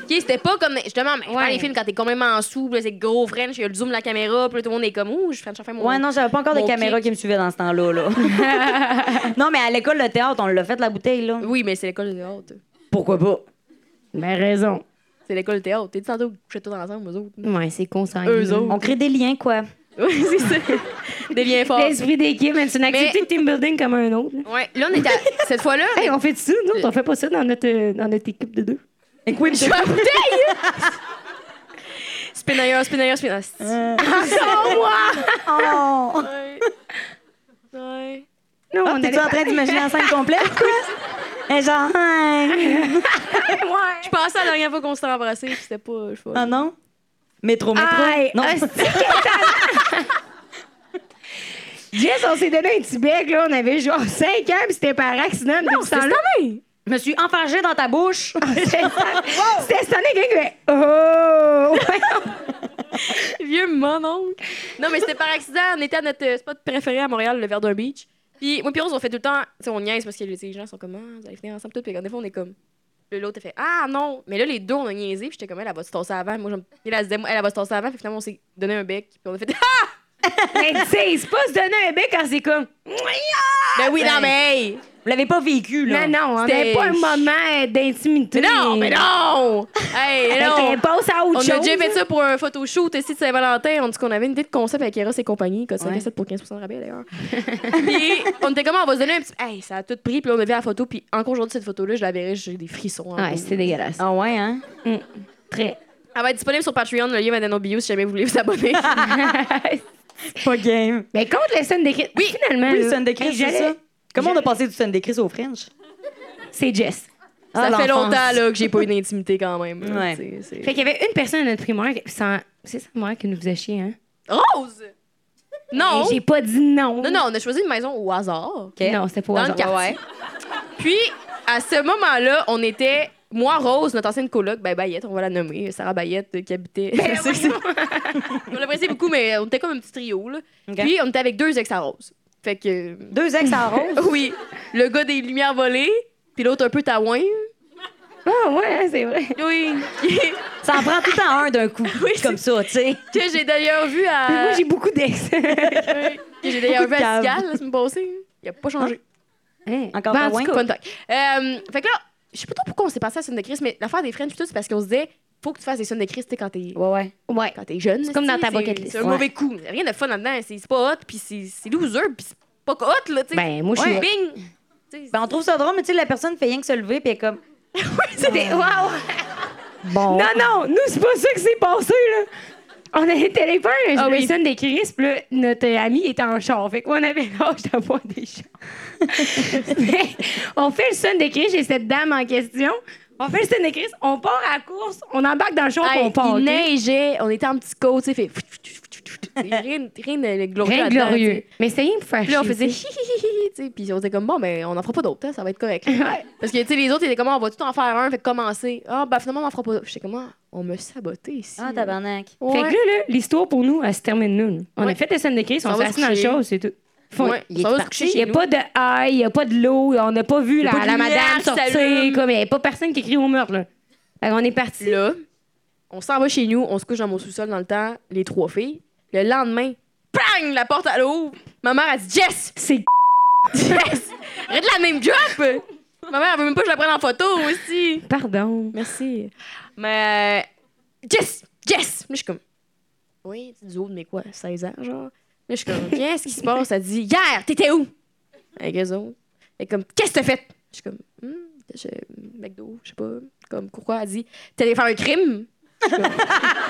S6: OK, c'était pas comme. Justement, mais dans les films, quand t'es complètement en sous, puis là, c'est gros French, il y a le zoom de la caméra, puis là, tout le monde est comme, ouh, je French enfin mon.
S5: Ouais, non, j'avais pas encore de
S6: Mon
S5: caméra
S6: kick.
S5: qui me suivait dans ce temps-là, là. non, mais à l'école, le théâtre, on l'a fait, la bouteille, là.
S6: Oui, mais c'est l'école de théâtre.
S5: Pourquoi pas?
S4: Mais Ben, raison.
S6: C'est l'école de théâtre. T'es dit tantôt que couchaient tous ensemble, eux autres.
S4: Ouais, c'est con, ça.
S6: Eux autres.
S5: On crée des liens, quoi.
S6: Oui, c'est ça. Deviens fort.
S4: L'esprit d'équipe, man, c'est une activité
S6: Mais-
S4: de team building comme un autre. là.
S6: Ouais, là, on était à... Cette fois-là, on
S4: Hey,
S6: était
S4: on fait ça, nous? autres? On fait pas ça dans notre, euh, dans notre équipe de deux.
S5: Écoute,
S6: à la bouteille. spin ailleurs, spin ailleurs, spin Ah, ailleurs.
S5: Oh!
S6: Ouais. Ouais.
S4: Non,
S5: Ah,
S4: on
S5: T'es-tu
S4: allait
S5: en train d'imaginer la scène complète? Et genre, hein?
S6: Je pensais à la dernière fois qu'on s'était embrassés, puis c'était pas. Je sais pas.
S5: Ah non? Métro, métro.
S4: Aïe,
S5: non.
S4: Jess, on s'est donné un petit bec, là. On avait genre 5 ans, puis c'était par accident. Non,
S6: c'était cette année.
S5: Je me suis enfargée dans ta bouche.
S4: Ah, C'était cette année, quelqu'un qui fait Oh!
S6: Vieux mon oncle. Non, mais c'était par accident. On était à notre euh, spot préféré à Montréal, le Verdun Beach. Puis moi, puis Rose, on fait tout le temps. Tu sais, on niaise parce que les les gens sont comme, ah, vous allez finir ensemble, tout. Puis des fois, on est comme. Puis l'autre, elle fait, ah non. Mais là, les deux, on a niaisé. Puis j'étais comme, elle, elle va se tasser avant. Moi, je me- Puis elle, elle se disait, elle, elle va se tasser avant. Puis finalement, on s'est donné un bec. Puis on a fait, ah!
S4: Mais tu sais, c'est pas se donner un bec quand c'est comme.
S6: Ben oui, non, mais hey!
S5: Vous l'avez pas vécu,
S4: Non,
S5: là.
S4: non, on
S6: C'était-
S4: n'avait pas un moment d'intimité.
S6: Mais non, mais non! Hey,
S4: Fait
S6: non!
S4: qu'on passe à autre
S6: On
S4: chose. hein?
S6: a déjà fait ça pour un photoshoot ici de Saint-Valentin. On dit qu'on avait une idée de concept avec Eros et compagnie. Code 5 à 7 pour 15 de rabais, d'ailleurs. puis on était comme, Ah, on va se donner un petit. Hey, ça a tout pris. Puis là, on a vu la photo. Puis encore aujourd'hui, cette photo-là, je la verrai, j'ai des frissons. en
S4: Ouais,
S6: gros.
S4: c'était dégueulasse.
S5: Ah ouais, hein?
S4: Très.
S6: Elle va être disponible sur Patreon. Le lien va être dans nos bios si jamais vous voulez vous abonner.
S5: Pas game.
S4: Mais contre les scènes d'écrit, oui, finalement,
S5: Oui,
S4: là,
S5: Sunday
S4: hey,
S5: Chris, c'est
S4: j'allais-
S5: ça. Comment on a passé du Sunday Chris au French?
S4: C'est Jess.
S5: Ah,
S6: ça fait
S5: l'enfance.
S6: longtemps là, que j'ai pas eu d'intimité quand même. là,
S5: Ouais.
S6: tu sais, c'est-
S4: Fait qu'il y avait une personne à notre primaire, qui- sans- c'est sa mère qui nous faisait chier, hein?
S6: Rose! Non!
S4: Et J'ai pas dit non.
S6: Non, non, on a choisi une maison au hasard.
S4: Non, c'était pas au
S6: Dans le
S4: hasard.
S6: quartier. Puis, à ce moment-là, on était. Moi, Rose, notre ancienne coloc, ben Bayette, on va la nommer, Sarah Bayette, euh, qui habitait.
S4: Ben
S6: C'est- c'est- on l'appréciait beaucoup, mais on était comme un petit trio, là.
S5: Ok.
S6: Puis, on était avec deux ex à Rose. Fait que.
S5: Deux ex à rose.
S6: Oui, le gars des lumières volées, puis l'autre un peu taouin.
S4: Ah, ouais, hein, c'est vrai.
S6: Oui.
S5: Ça en prend tout le temps un d'un coup, comme ça, tu sais.
S6: que j'ai d'ailleurs vu à.
S4: Mais Moi, j'ai beaucoup d'ex.
S6: Oui, que j'ai d'ailleurs vu
S5: Beaucoup de caves.
S6: à Cigale la semaine passée. Il a pas changé.
S4: Hein?
S5: Encore
S4: Ben,
S5: pas
S4: en tout
S5: loin.
S4: cas,
S6: Fun fact. Euh, fait que là, je sais pas trop pourquoi on s'est passé à la scène de Chris, mais l'affaire des French tout, c'est parce qu'on se disait, faut que tu fasses des scènes de Chris, tu sais, quand t'es.
S5: Ouais, ouais.
S4: Ouais.
S6: Quand t'es jeune.
S4: comme dans
S6: tu
S4: ta
S6: sais,
S4: bucket
S6: c'est-
S4: list,
S6: C'est un
S5: ouais.
S6: mauvais coup. Rien de fun là-dedans. C'est c'est pas hot, puis c'est c'est loser, puis c'est pas hot, là, tu sais.
S4: Ben, moi, je suis.
S6: Ouais. Bing! Tu sais,
S5: Ben, on trouve ça drôle, mais tu sais, la personne fait rien que se lever, puis elle est comme.
S4: C'était. Waouh!
S5: Bon.
S4: Non, non, nous, c'est pas ça qui s'est passé, là. On avait le téléphone, je
S6: Ah
S4: me
S6: oui.
S4: sonne des crisps, là, notre ami était en char. Fait qu'on avait l'âge d'avoir des chars. Mais on fait le son des crisps et cette dame en question. On fait le son des crisps, on part à la course, on embarque dans le char,
S6: hey,
S4: puis on part.
S6: il
S4: ok?
S6: neigeait, on était en petit coat, tu sais, fait. Rien, rien de glorieux.
S4: Rien de
S6: là-dedans, tu
S4: glorieux.
S6: sais.
S4: Mais c'était rien pour faire
S6: Puis là, on
S4: chier,
S6: faisait
S4: tu sais.
S6: hi hi hi hi, tu sais, puis on était comme bon, ben on en fera pas d'autres, hein, ça va être correct.
S4: Ouais.
S6: Parce que, tu sais, les autres, ils étaient comme, Ah, on va tout en faire un, fait que commencer. Ah, ben finalement, on en fera pas. J'étais comme, Ah, on me sabotait ici.
S5: Ah, tabarnak.
S6: Ouais.
S4: Fait que là, là, l'histoire pour nous, elle se termine nous. là. On
S6: Ouais.
S4: a fait le son des crisps,
S6: On
S4: on
S6: va
S4: s'est assis
S6: se
S4: dans le
S6: coucher.
S4: char, c'est tout. Fin.
S6: Ouais,
S5: il est
S6: ça va se
S5: parti.
S6: coucher
S4: Il n'y
S6: chez
S4: a
S6: nous.
S4: pas de haille, il n'y a pas de l'eau, on n'a pas vu
S6: a
S4: la,
S6: pas de
S4: la
S6: lumière
S4: madame
S6: qui
S4: sortir,
S6: s'allume.
S4: comme il n'y avait pas personne qui crie au meurtre. Là. Fait qu'on est parti.
S6: Là, on s'en va chez nous, on se couche dans mon sous-sol dans le temps, les trois filles. Le lendemain, bang, la porte à l'eau. Ma mère, elle dit Jess,
S4: C'est
S6: Jess, arrête la même job. Ma mère, elle veut même pas que je la prenne en photo aussi.
S4: pardon.
S6: Merci. Mais, euh, Jess, Jess. Là, je suis comme, oui, tu dis autre, mais quoi, 16 ans, genre. Là, je suis comme, qu'est-ce qui se passe? Elle dit, hier, t'étais où? Avec eux autres. Elle est comme, qu'est-ce que t'as fait? Je suis comme, hum, je, McDo, je sais pas. Comme, pourquoi? Elle dit, t'es allé faire un crime? Je suis comme-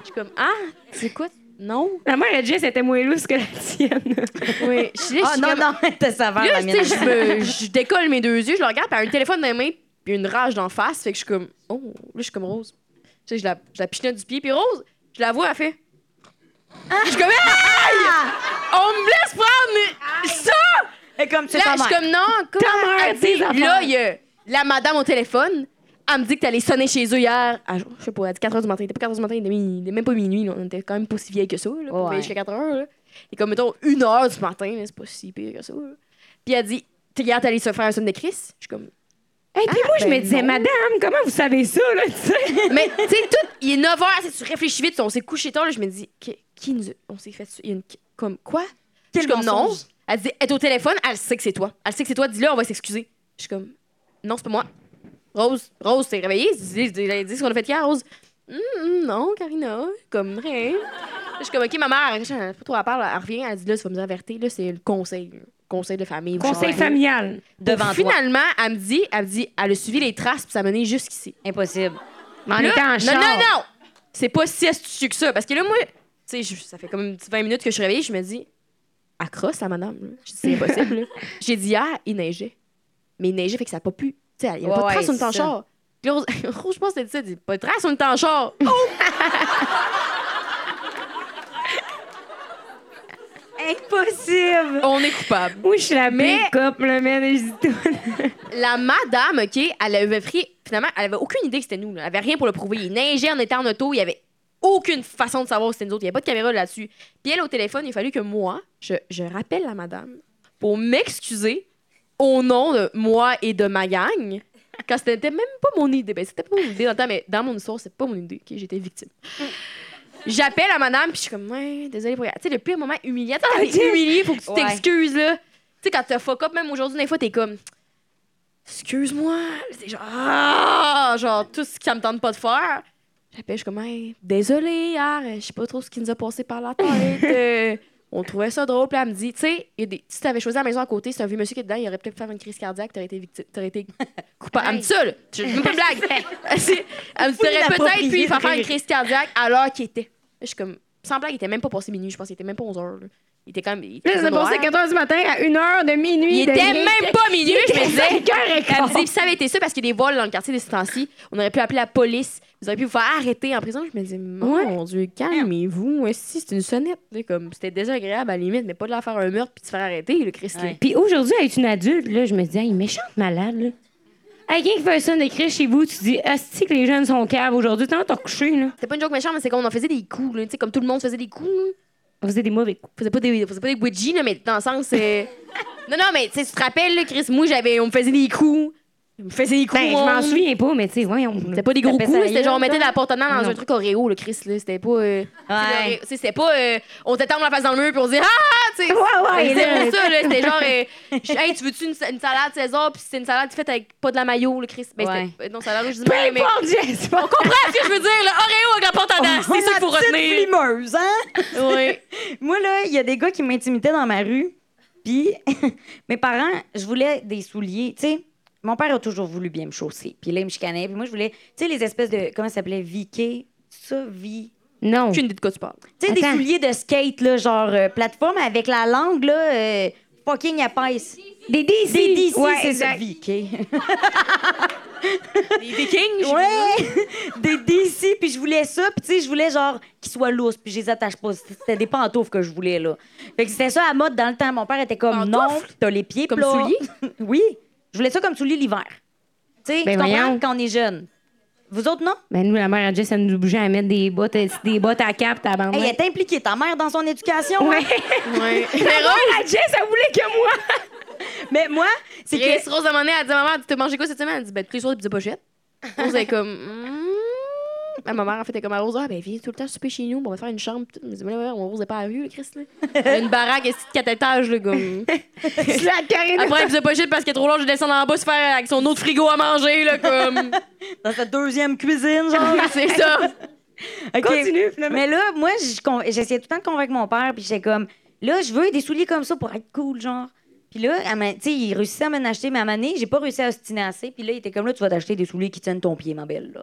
S6: Je suis comme, ah, tu écoutes? Non.
S4: La mère de Jess était moins lousse que la tienne.
S6: Oui. Je suis là, je
S5: Ah,
S6: suis
S5: non,
S6: comme-
S5: non, t'es savant,
S6: Là,
S5: la
S6: tu sais,
S5: mienne.
S6: je me- je décolle mes deux yeux, je le regarde, puis elle a un téléphone dans les mains, puis une rage d'en face. Fait que je suis comme, oh, là, je suis comme Rose. Tu sais, je la, je la pichenote du pied, puis Rose, je la vois, elle fait. Je suis comme, hey! On me laisse prendre mais ça!
S5: Et comme c'est
S6: Là,
S5: pas
S6: je suis
S5: mal.
S6: comme, non, comment?
S4: mère,
S6: Elle dit,
S4: tes affaires.
S6: là, il y a la madame au téléphone. Elle me dit que t'allais sonner chez eux hier, à, je sais pas, à 4 h du matin. Il était pas 4 h du matin, il était, minuit- il était même pas minuit. là. On était quand même pas si vieille que ça, là, pour
S5: Ouais.
S6: veiller jusqu'à 4 h. là. Et comme, mettons, 1 h du matin, là, c'est pas si pire que ça. là. Puis elle dit, T'es- hier, t'allais se faire un son de Chris? Je suis comme,
S4: Et puis moi, je
S6: ben
S4: me disais,
S6: non.
S4: madame, comment vous savez ça, là, tu sais?
S6: mais tu sais, tout, il est 9 h, tu réfléchis vite, on s'est couché tard, là, je me dis, Qui- qui nous a- on s'est fait ça? Il y a une, comme, quoi? Je
S5: Quel
S6: suis comme, non.
S5: mensonge.
S6: Elle dit, elle est au téléphone, elle sait que c'est toi. Elle sait que c'est toi, dis-le, on va s'excuser. Je suis comme, non, c'est pas moi. Rose, Rose, t'es réveillée? Dis, dis, dis- dis ce qu'on a fait hier, Rose. Hum, hum, non, Karina, comme rien. Je suis comme, ok, ma mère, je sais pas trop, elle parle, elle revient, elle dit, là, tu vas me avertir, là, c'est le conseil, là. conseil de famille.
S4: Conseil
S6: genre.
S4: familial.
S5: Devant toi.
S6: Finalement, elle me dit, elle me dit, elle a suivi les traces, puis ça a mené jusqu'ici.
S5: Impossible.
S4: Mais on
S6: Là,
S4: était en
S6: non,
S4: char.
S6: non, non! C'est pas si astucieux que ça. Parce que là, moi, tu sais, je- ça fait comme une petite 20 minutes que je suis réveillée, je me dis, accrosse à madame. là. Je dis, c'est impossible. là. J'ai dit hier, il neigeait. Mais il neigeait, fait que ça a pas pu. Tu sais, il y a
S5: Ouais,
S6: pas de trace,
S5: ouais,
S6: on est en
S5: c'est
S6: char. Puis là, Rose, Rose, je pense que c'était ça, elle dit, pas de trace, on est en char. Oh!
S5: Impossible.
S6: On est coupable.
S4: Moi, je suis la
S6: Mais-
S4: big cop, là, man, et je dis tout.
S6: La madame, OK, elle avait pris. Finalement, elle avait aucune idée que c'était nous. là. Elle avait rien pour le prouver. Il neigeait, on était en auto. Il y avait aucune façon de savoir que c'était nous autres. Il n'y avait pas de caméra là-dessus. Puis elle, au téléphone, il a fallu que moi, je, je rappelle la madame pour m'excuser au nom de moi et de ma gang. Quand c'était même pas mon idée. Ben, c'était pas mon idée dans le temps, mais dans mon histoire, c'est pas mon idée. OK, j'étais victime. J'appelle la madame, puis je suis comme, ouais, désolée pour. Tu sais, le pire moment humiliant. Tu sais, quand t'es
S4: Dieu!
S6: humilié, faut que tu
S5: Ouais.
S6: t'excuses, là. Tu sais, quand t'as fuck up, même aujourd'hui, des fois, t'es comme. Excuse-moi. C'est genre. Ah! Genre, tout ce que ça me tente pas de faire. J'appelle, je suis comme, hey, désolé, hier, euh, je sais pas trop ce qui nous a passé par la tête. euh, on trouvait ça drôle. Puis elle me dit, tu sais, il y a des- si t'avais choisi la maison à côté, c'est un vieux monsieur qui est dedans, il aurait peut-être pu faire une crise cardiaque, t'aurais été, victi- t'aurais été coupable. Elle me dit ça, là. Je- Même pas une blague. C'est- elle me dit, t'aurais peut-être pu faire faire une crise cardiaque à l'heure qu'il était. Je suis comme, sans blague, il était même pas passé minuit, je pense, il était même pas 11 heures. là. Il était quand même. Il, était
S4: Là, ça
S6: noir.
S4: passait 4 h du matin à 1 h de minuit.
S6: Il
S4: de
S6: était
S4: gris.
S6: même pas minuit, je me disais.
S4: Cinq heures et
S6: Elle me
S4: quart.
S6: dit, Puis ça avait été ça parce qu'il y a des vols dans le quartier de ces temps-ci. On aurait pu appeler la police. Vous auriez pu vous faire arrêter en prison. Je me disais, mon Dieu, calmez-vous. Ouais, Si, c'est une sonnette. Tu sais, comme, C'était désagréable à la limite, mais pas de la faire un meurtre puis de se faire arrêter, le Christ.
S5: Ouais.
S4: Puis aujourd'hui, elle est une adulte, là, je me dis, hey, méchante malade, là. Hey, quelqu'un qui fait ça d'écrire chez vous, tu dis, asti que les jeunes sont caves aujourd'hui, t'en t'as couché, là.
S6: C'était pas une joke méchante, mais c'est comme on en faisait des coups. là. Tu sais, Comme tout le monde faisait des coups. là.
S4: Vous êtes des mauvais coups.
S6: On faisait pas des, on faisait pas des wedgies, là, mais dans le sens. euh, non, non, mais tu sais, tu te rappelles, là, Chris, moi, j'avais, on me faisait des coups. On me faisait des coups.
S4: Ben, je
S6: on-
S4: m'en souviens pas, mais tu sais, voyons.
S6: C'était pas des gros
S4: Tapais
S6: coups,
S4: sa
S6: c'était genre on
S4: gueule,
S6: mettait de
S4: là.
S6: la porte dans
S4: Non.
S6: un truc Oreo, le Chris, là. C'était pas. euh,
S5: Ouais.
S6: tu sais, C'était pas. euh, on t'attend la face dans le mur puis on dit Ah! Tu sais,
S4: Ouais, ouais,
S6: C'était
S4: là.
S6: vraiment ça, là. C'était genre, euh, je- hey, tu veux-tu une, sa- une salade César? Puis c'est une salade faite avec pas de la mayo, le Chris. Ben,
S5: Ouais.
S6: c'était- euh, non, salade rouge, je dis,
S4: Peu
S6: mais. mais-
S4: importe, Jess,
S6: On comprend ce que je veux dire, là. Oreo avec la porte à dents, c'est ça qu'il faut
S5: La petite
S6: retenir.
S5: frimeuse, hein?
S6: Oui.
S5: Moi, là, il y a des gars qui m'intimidaient dans ma rue. Puis, mes parents, je voulais des souliers. Tu sais, mon père a toujours voulu bien me chausser. Puis là, il me chicanait. Puis moi, je voulais, tu sais, les espèces de. Comment ça s'appelait? Viquet? Ça, vi.
S4: Non.
S6: Aucune idée de quoi tu parles.
S5: Tu sais, des
S4: Attends.
S5: souliers de skate, là, genre euh, plateforme avec la langue, là, euh, fucking épaisse.
S4: Des DC.
S5: Des DC,
S4: Ouais,
S5: c'est ça.
S4: exact.
S5: Viquet.
S6: Les Vikings, je-
S5: Ouais! des DC, puis je voulais ça, puis tu sais, je voulais genre qu'ils soient lousses, puis je les attache pas. C'était des pantoufles que je voulais, là. Fait que c'était ça à mode dans le temps. Mon père était comme non,
S6: Pantoufles?
S5: t'as les pieds
S6: Comme
S5: plats.
S6: souliers?
S5: oui. Je voulais ça comme souliers l'hiver. Tu sais,
S4: Ben
S5: tu comprends
S4: voyons.
S5: quand on est jeune. Vous autres, non?
S4: Ben, nous, la mère à Jess, elle nous obligeait à mettre des bottes, euh, des bottes à cap, ta bande.
S5: Hey, elle est impliquée, ta mère, dans son éducation. hein?
S6: Ouais. Mais Rose,
S4: la Jess, elle voulait que moi.
S5: Mais moi, c'est que.
S6: Chris, Rose à un moment donné, elle dit Maman, tu t'es mangé quoi cette semaine Elle dit Ben, tous les soirs, des petites pochettes. Rose elle est comme. Hmm. Ah, Ma mère, en fait, elle est comme à Rose Ah, ben, viens tout le temps souper chez nous, on va faire une chambre. Elle me dit Mais là, on Rose est pas à la rue, là, Chris. Là. Elle a une baraque, est-ce quatre étages, là, comme.
S4: Je la carine.
S6: Après, elle faisait pas shit parce qu'elle est trop longue, je descends en bas se faire avec son autre frigo à manger, là, comme.
S5: Dans sa deuxième cuisine, genre.
S6: c'est ça.
S5: Ok.
S4: Continue, finalement.
S5: Mais là, moi, je con- j'essayais tout le temps de convaincre mon père, puis j'étais comme, là, je veux des souliers comme ça pour être cool, genre. Puis là, à ma- tu sais, il réussissait à m'en acheter, mais à année, j'ai pas réussi à ostiner assez. Puis là, il était comme, là, tu vas t'acheter des souliers qui tiennent ton pied, ma belle, là.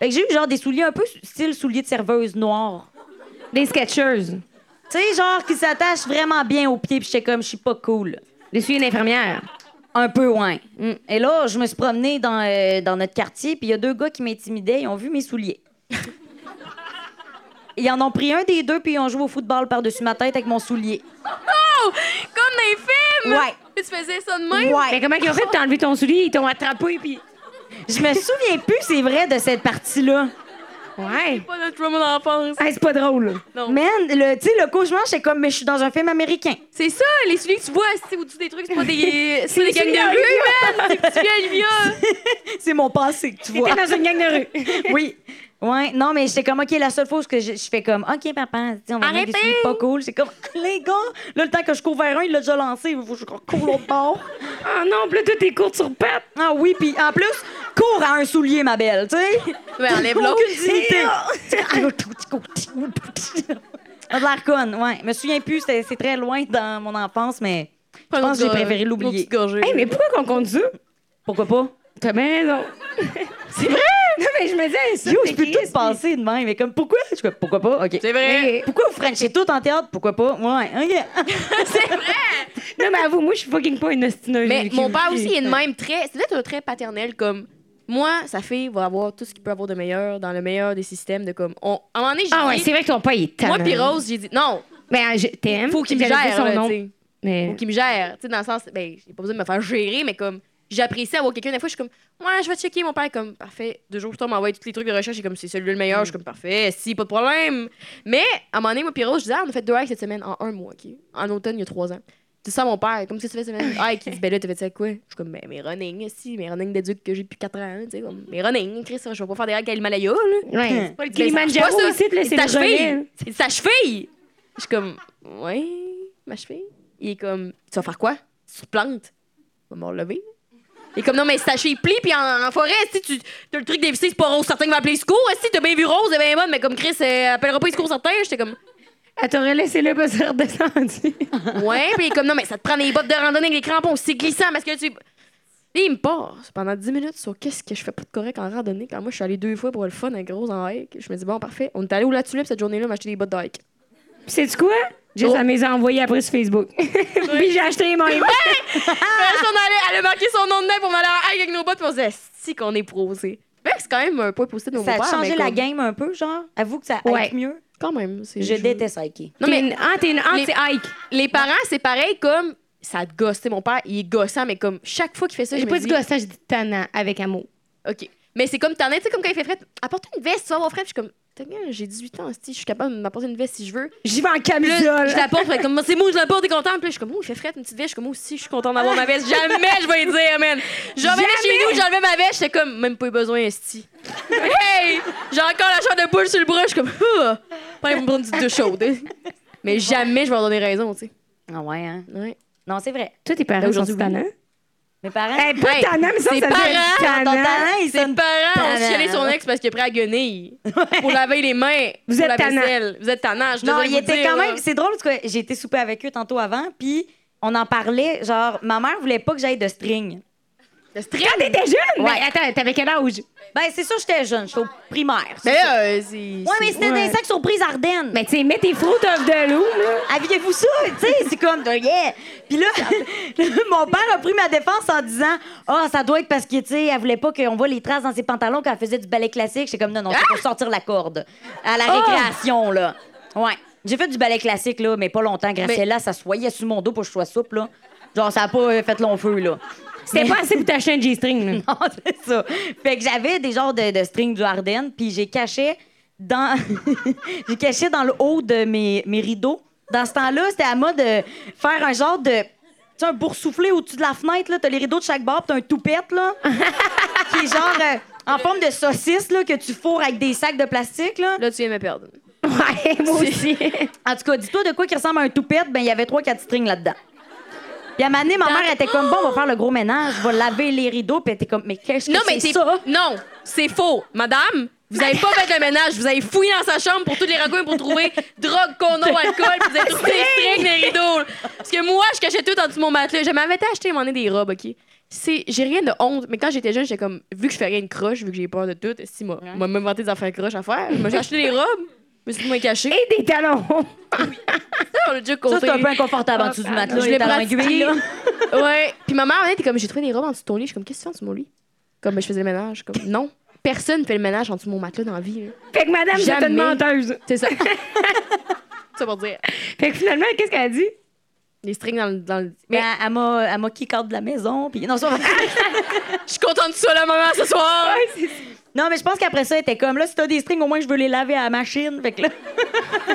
S5: Fait que j'ai eu genre des souliers un peu style souliers de serveuse noire.
S4: Des sketcheuses.
S5: Tu sais, genre, qui s'attachent vraiment bien au pied, puis j'étais comme, je suis pas cool.
S4: Des souliers d'infirmière.
S5: Un peu loin. Mm. Et là, je me suis promenée dans, euh, dans notre quartier, puis il y a deux gars qui m'intimidaient, ils ont vu mes souliers. ils en ont pris un des deux, puis ils ont joué au football par-dessus ma tête avec mon soulier.
S6: Oh, Comme dans les films.
S5: Ouais.
S6: Puis tu faisais ça de même.
S4: Mais
S5: Ouais.
S4: comment ils ont fait pour t'enlever ton soulier? Ils t'ont attrapé, puis.
S5: Je me souviens plus, c'est vrai, de cette partie-là.
S4: Ouais.
S6: Pas notre trauma d'enfance.
S4: Hey, c'est pas drôle, là.
S5: Man, le, tu sais, le cauchemar, c'est comme, mais je suis dans un film américain.
S6: C'est ça, les souliers que tu vois, c'est au-dessus des trucs, c'est pas des. C'est des
S4: des souliers
S6: gangs de rue, man. Des petits gars, Olivia.
S5: C'est mon passé que tu
S4: T'étais
S5: vois.
S4: dans une gang de rue.
S5: Oui. Ouais, non, mais j'étais comme, OK, la seule fois où je, je fais comme, OK, papa, tu sais, on va mettre des
S6: Arrêtez!
S5: souliers pas cool. C'est comme, les gars, là, le temps que je cours vers un, il l'a déjà lancé. Il faut que je cours l'autre bord.
S4: Oh non, plus tout est court sur pattes.
S5: Ah oui, puis en plus, cours à un soulier, ma belle, tu sais.
S6: Mais enlève l'autre.
S5: Aucune dignité. On de l'air conne, ouais. Je me souviens plus, c'est c'est très loin dans mon enfance, mais je pense que j'ai préféré l'oublier.
S4: Hey, mais pourquoi qu'on compte ça?
S5: Pourquoi pas?
S4: T'as bien raison. c'est vrai? Non, mais je me disais, ça.
S5: Yo,
S4: c'est
S5: je peux
S4: qui,
S5: tout
S4: est-ce
S5: passer de même, mais comme pourquoi? Je fais, pourquoi pas? OK.
S6: C'est vrai.
S5: Pourquoi vous frenchez tout en théâtre? Pourquoi pas? Ouais, OK.
S4: Non, mais avoue, moi, je suis fucking pas une ostineuse.
S6: Mais
S4: du cul.
S6: mon père aussi, il est de même très. C'est peut-être un trait paternel comme. Moi, sa fille va avoir tout ce qu'il peut avoir de meilleur dans le meilleur des systèmes de comme. On... À un moment donné, j'ai
S4: Ah ouais,
S6: dit-
S4: c'est vrai que ton père, il est
S6: Moi
S4: tannant.
S6: puis Rose, j'ai dit non,
S4: Mais euh, je t'aime.
S6: faut qu'il me
S4: J'allais dire
S6: gère.
S4: son
S6: là,
S4: nom.
S6: tu sais.
S4: Mais...
S6: Faut qu'il me gère. Tu sais, dans le sens, ben, j'ai pas besoin de me faire gérer, mais comme. J'apprécie avoir quelqu'un. Des fois, je suis comme, ouais, je vais checker. Mon père est comme, parfait. Deux jours plus tard, il m'envoie tous les trucs de recherche. Et comme, c'est celui-là le meilleur. Je suis comme, parfait. Si, pas de problème. Mais, à un moment donné, moi, puis Rose, je disais, ah, on a fait deux hikes cette semaine en un mois, OK? En automne, il y a trois ans. Tu ça à mon père, comme si tu fais cette semaine. Ah, il dit, ben là, t'as fait ça quoi? Je suis comme, ben, mes running, si, mes running d'éduc que j'ai depuis quatre ans, tu sais, comme, mes running, Chris, je vais pas faire des hikes à l'Himalaya, là.
S4: Ouais.
S6: Pas le
S4: Kilimanjaro
S6: Pas ça.
S4: aussi, là, c'est
S6: ta
S4: le relais.
S6: cheville. C'est sa cheville. Je suis comme, ouais, ma cheville. Il est comme, tu vas faire quoi? tu te plantes, va me relever. Et comme non, mais sachez, il plie, puis en, en forêt, si tu as le truc dévissé, c'est pas rose certain qui va appeler le secours. Si t'as bien vu rose, elle est bien bonne, mais comme Chris, elle appellera pas les secours certain, j'étais comme.
S4: Elle t'aurait laissé là, parce qu'elle redescendue.
S6: Ouais, puis comme non, mais ça te prend des bottes de randonnée avec les crampons, c'est glissant parce que tu. Et il me passe pendant 10 minutes sur qu'est-ce que je fais pas de correct en randonnée. Quand moi, je suis allée deux fois pour le fun, un gros en hike. Je me dis, bon, parfait. On est allé au la tulipe cette journée-là, m'acheter des bottes de hike.
S4: C'est quoi? Jess,
S6: Oh.
S4: elle me les a envoyés après sur Facebook. Puis j'ai acheté les mêmes.
S6: Parce qu'on allait, elle a marqué son nom de nez pour m'aller en hike avec nos bottes, puis on se disait, si qu'on est prosé. Fait que c'est quand même un point positif de nos
S5: Ça a
S6: beaux-pères,
S5: changé
S6: mais
S5: la
S6: comme-
S5: game un peu, genre. Avoue que ça aille
S4: Ouais.
S5: mieux.
S6: Quand même. c'est-
S5: Je déteste hiker.
S6: Non, mais
S4: Ah, t'es une
S6: Les-
S4: anti-hike.
S6: les parents, c'est pareil comme. Ça te gosse, tu sais, mon père, il est gossant, mais comme chaque fois qu'il fait ça, je
S4: J'ai
S6: me
S4: pas
S6: dis,
S4: dit gossage, j'ai dit tannant avec amour.
S6: OK. Mais c'est comme t'en es, tu sais, comme quand il fait fret, apporte une veste, tu vas avoir fret. Je suis comme, ta gueule, j'ai 18 ans, si je suis capable de m'apporter une veste si je veux.
S4: J'y vais en
S6: Puis là,
S4: camisole.
S6: je l'apporte, fait comme, c'est moi, je l'apporte, t'es content. Puis là, je suis comme, oh, il fait fret, une petite veste. Je suis comme, oh, si, je suis content d'avoir ma veste. Jamais, je vais y dire, man. J'en venais chez nous, j'enlevais ma veste, j'étais comme, même pas eu besoin, esti. hey! J'ai encore la chair de boule sur le bras, je suis comme, ah! Pas me prendre une petite douche chaude. hein. Mais jamais je vais leur donner raison, tu sais.
S5: Ah ouais, hein?
S6: Ouais.
S5: Non, c'est vrai.
S4: Toi, tes parents sont
S6: Aujourd'hui, oui.
S4: tannants?
S5: Mes parents, Ah,
S4: Eh, pas
S6: Hey,
S4: tannant, mais ça,
S6: c'est
S4: ça dit
S5: ton
S4: tannant.
S5: talent, il
S6: Ses
S5: sonne...
S6: parents ont
S5: tannant.
S6: chialé son ex parce qu'il a pris la guenille pour laver les mains.
S4: Vous
S6: pour
S4: êtes
S6: la
S4: tannant.
S6: vaisselle. Vous êtes tannant. Je
S5: Non,
S6: devrais
S5: il
S6: vous
S5: était
S6: dire,
S5: quand
S6: là.
S5: même... C'est drôle, parce que j'ai été souper avec eux tantôt avant, puis on en parlait, genre, ma mère voulait pas que j'aille de string.
S6: Le stress.
S4: Quand t'étais jeune?
S5: Ouais.
S4: Mais attends, t'avais quel âge?
S5: Ben, c'est sûr, j'étais jeune, j'étais au primaire.
S6: Mais là, euh, c'est.
S5: Ouais, mais c'était
S4: ouais.
S5: des sacs surprise Ardennes.
S4: Mais Ben, tu sais, mets tes fruits of de loup, là.
S5: Aviez-vous ça? Tu sais, c'est comme de yeah! Puis là, mon père a pris ma défense en disant Ah, ça doit être parce que, tu sais, elle voulait pas qu'on voit les traces dans ses pantalons quand elle faisait du ballet classique. J'étais comme Non, non, c'est pour sortir la corde. À la récréation, là. Ouais. J'ai fait du ballet classique, là, mais pas longtemps. Graciela, ça soyait sous mon dos pour que je sois souple, là. Genre, ça a pas euh, fait long feu, là.
S4: C'était pas assez pour t'acheter un G-string, là.
S5: Non, c'est ça. Fait que j'avais des genres de, de strings du Ardennes, puis j'ai caché dans j'ai caché dans le haut de mes, mes rideaux. Dans ce temps-là, c'était à mode de faire un genre de tu sais, un boursouflé au-dessus de la fenêtre là, t'as les rideaux de chaque bord, puis t'as un toupette là, qui est genre euh, en forme de saucisse là que tu fourres avec des sacs de plastique là.
S6: Là, tu viens de me perdre.
S4: Ouais, moi aussi.
S5: En tout cas, dis-toi de quoi qui ressemble à un toupette, ben il y avait trois quatre strings là-dedans. Puis à un moment donné, ma mère était comme bon, on va faire le gros ménage, on va laver les rideaux, puis elle était comme mais qu'est-ce que
S6: Non, mais
S5: c'est
S6: t'es.
S5: ça
S6: Non, c'est faux. Madame, vous avez pas fait le ménage. Vous avez fouillé dans sa chambre pour tous les recoins pour trouver drogue, condom, alcool. Puis vous avez trouvé des strings, des rideaux. Parce que moi, je cachais tout dans tout mon matelas. Je m'avais acheté, m'en des robes, OK? C'est, j'ai rien de honte, mais quand j'étais jeune, j'étais comme, vu que je fais rien de croche, vu que j'ai peur de tout, si moi, moi, m'inventer des affaires croches à faire, je me suis acheté des robes, je me suis moins cachée.
S4: Et des talons.
S6: Ça, on l'a déjà
S5: Ça,
S6: compté.
S5: c'est un peu inconfortable en dessous du matelas.
S6: Ah, ben, je
S5: les
S6: l'ai
S5: talons aiguilles,
S6: pratiqué.
S5: là.
S6: ouais. Puis ma mère, elle était comme, j'ai trouvé des robes en dessous de ton lit. Je suis comme, qu'est-ce que tu fais en dessous de mon lit? Comme, ben, je faisais le ménage. Comme, non, personne fait le ménage en dessous de mon matelas dans la vie. là.
S4: Fait que madame, c'est une
S6: Jamais.
S4: menteuse.
S6: C'est ça. ça pour dire.
S4: Fait que finalement, qu'est-ce qu'elle a dit?
S6: Les strings dans le. Dans le...
S5: Mais
S6: Mais
S5: elle- elle m'a, elle m'a kick out de la maison. Puis... Non, c'est pas vrai.
S6: je suis contente de ça, la maman, ce soir.
S5: non, mais je pense qu'après ça, elle était comme là, si t'as des strings, au moins je veux les laver à la machine. Fait que là,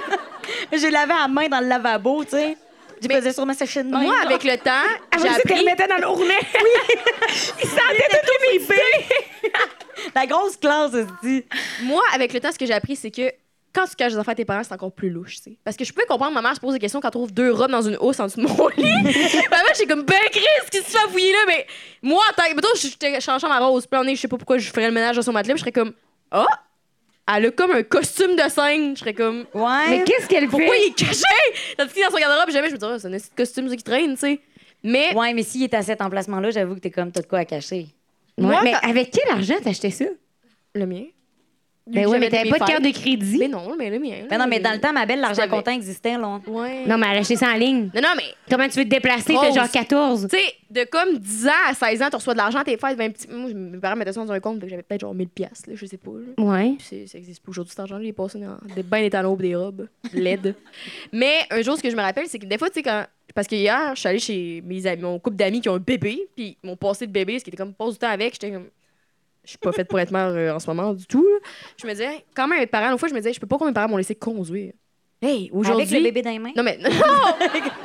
S5: j'ai lavé à la main dans le lavabo, tu sais. Je faisais sur ma séchine de main.
S6: Ah, Moi,
S5: genre.
S6: avec le temps, j'ai
S4: Après ça, t'es
S6: appris.
S4: remettait dans le ourlet. Oui. Il sentait tout mes pieds.
S5: la grosse classe, elle se dit.
S6: Moi, avec le temps, ce que j'ai appris, c'est que quand tu caches des affaires à tes parents, c'est encore plus louche, tu sais. Parce que je pouvais comprendre, ma mère se pose des questions quand elle trouve deux robes dans une housse en dessous de mon lit. Maman, j'ai comme, ben Chris, qu'est-ce qui se fait fouiller là? Mais moi, en tant que. Mettons, je- j'étais- je suis en chambre à rose, puis on est, je sais pas pourquoi je ferais le ménage dans son matelas, puis je serais comme, ah! Elle a comme un costume de scène. Je serais comme,
S5: Ouais.
S4: Mais qu'est-ce qu'elle fait?
S6: pourquoi il est caché? Tandis qu'il est dans son garde-robe, jamais je me dirais, Ah, c'est un petit costume ça, qui traîne, tu sais. Mais
S5: Ouais, mais s'il est à cet emplacement-là, j'avoue que t'es comme, t'as de quoi à cacher.
S4: Ouais,
S6: Moi,
S4: mais
S6: quand-
S4: avec quel argent t'achetais ça?
S6: le mien.
S4: Ben oui, mais
S6: j'avais
S4: t'avais
S6: mes
S4: pas de
S6: fêtes.
S4: carte de Ben crédit.
S6: Mais non, mais le mien.
S5: Mais non, mais dans le temps, ma belle, l'argent
S6: Mm. C'est vrai.
S5: comptant existait, là.
S6: Ouais.
S4: Non, mais elle achetait ça en ligne.
S6: Non, non, mais
S4: Comment tu veux te déplacer? T'as
S6: Rose.
S4: genre 14.
S6: Tu sais, de comme 10 ans à 16 ans, tu reçois de l'argent à tes fêtes, 20 petits. Moi, mes parents mettaient ça dans un compte, fait que j'avais peut-être genre 1000 piastres, là, je sais pas. là.
S4: Ouais.
S6: Puis c'est- Ça existe plus aujourd'hui, cet argent-là. Il est passé dans des bains, des talons, des robes, LED. Mais un jour, ce que je me rappelle, c'est que des fois, tu sais, quand. Parce que hier, je suis allée chez mes amis, mon couple d'amis qui ont un bébé, puis mon passé de bébé, ce qui était comme passe du temps avec, j'étais comme. Je suis pas faite pour être mère euh, en ce moment du tout. là. Je me disais, quand même, mes parents, une fois, je me disais, je peux pas quand mes parents m'ont laissé conduire. Hey,
S5: Avec le
S6: aujourd'hui.
S5: bébé dans les mains.
S6: Non, mais non!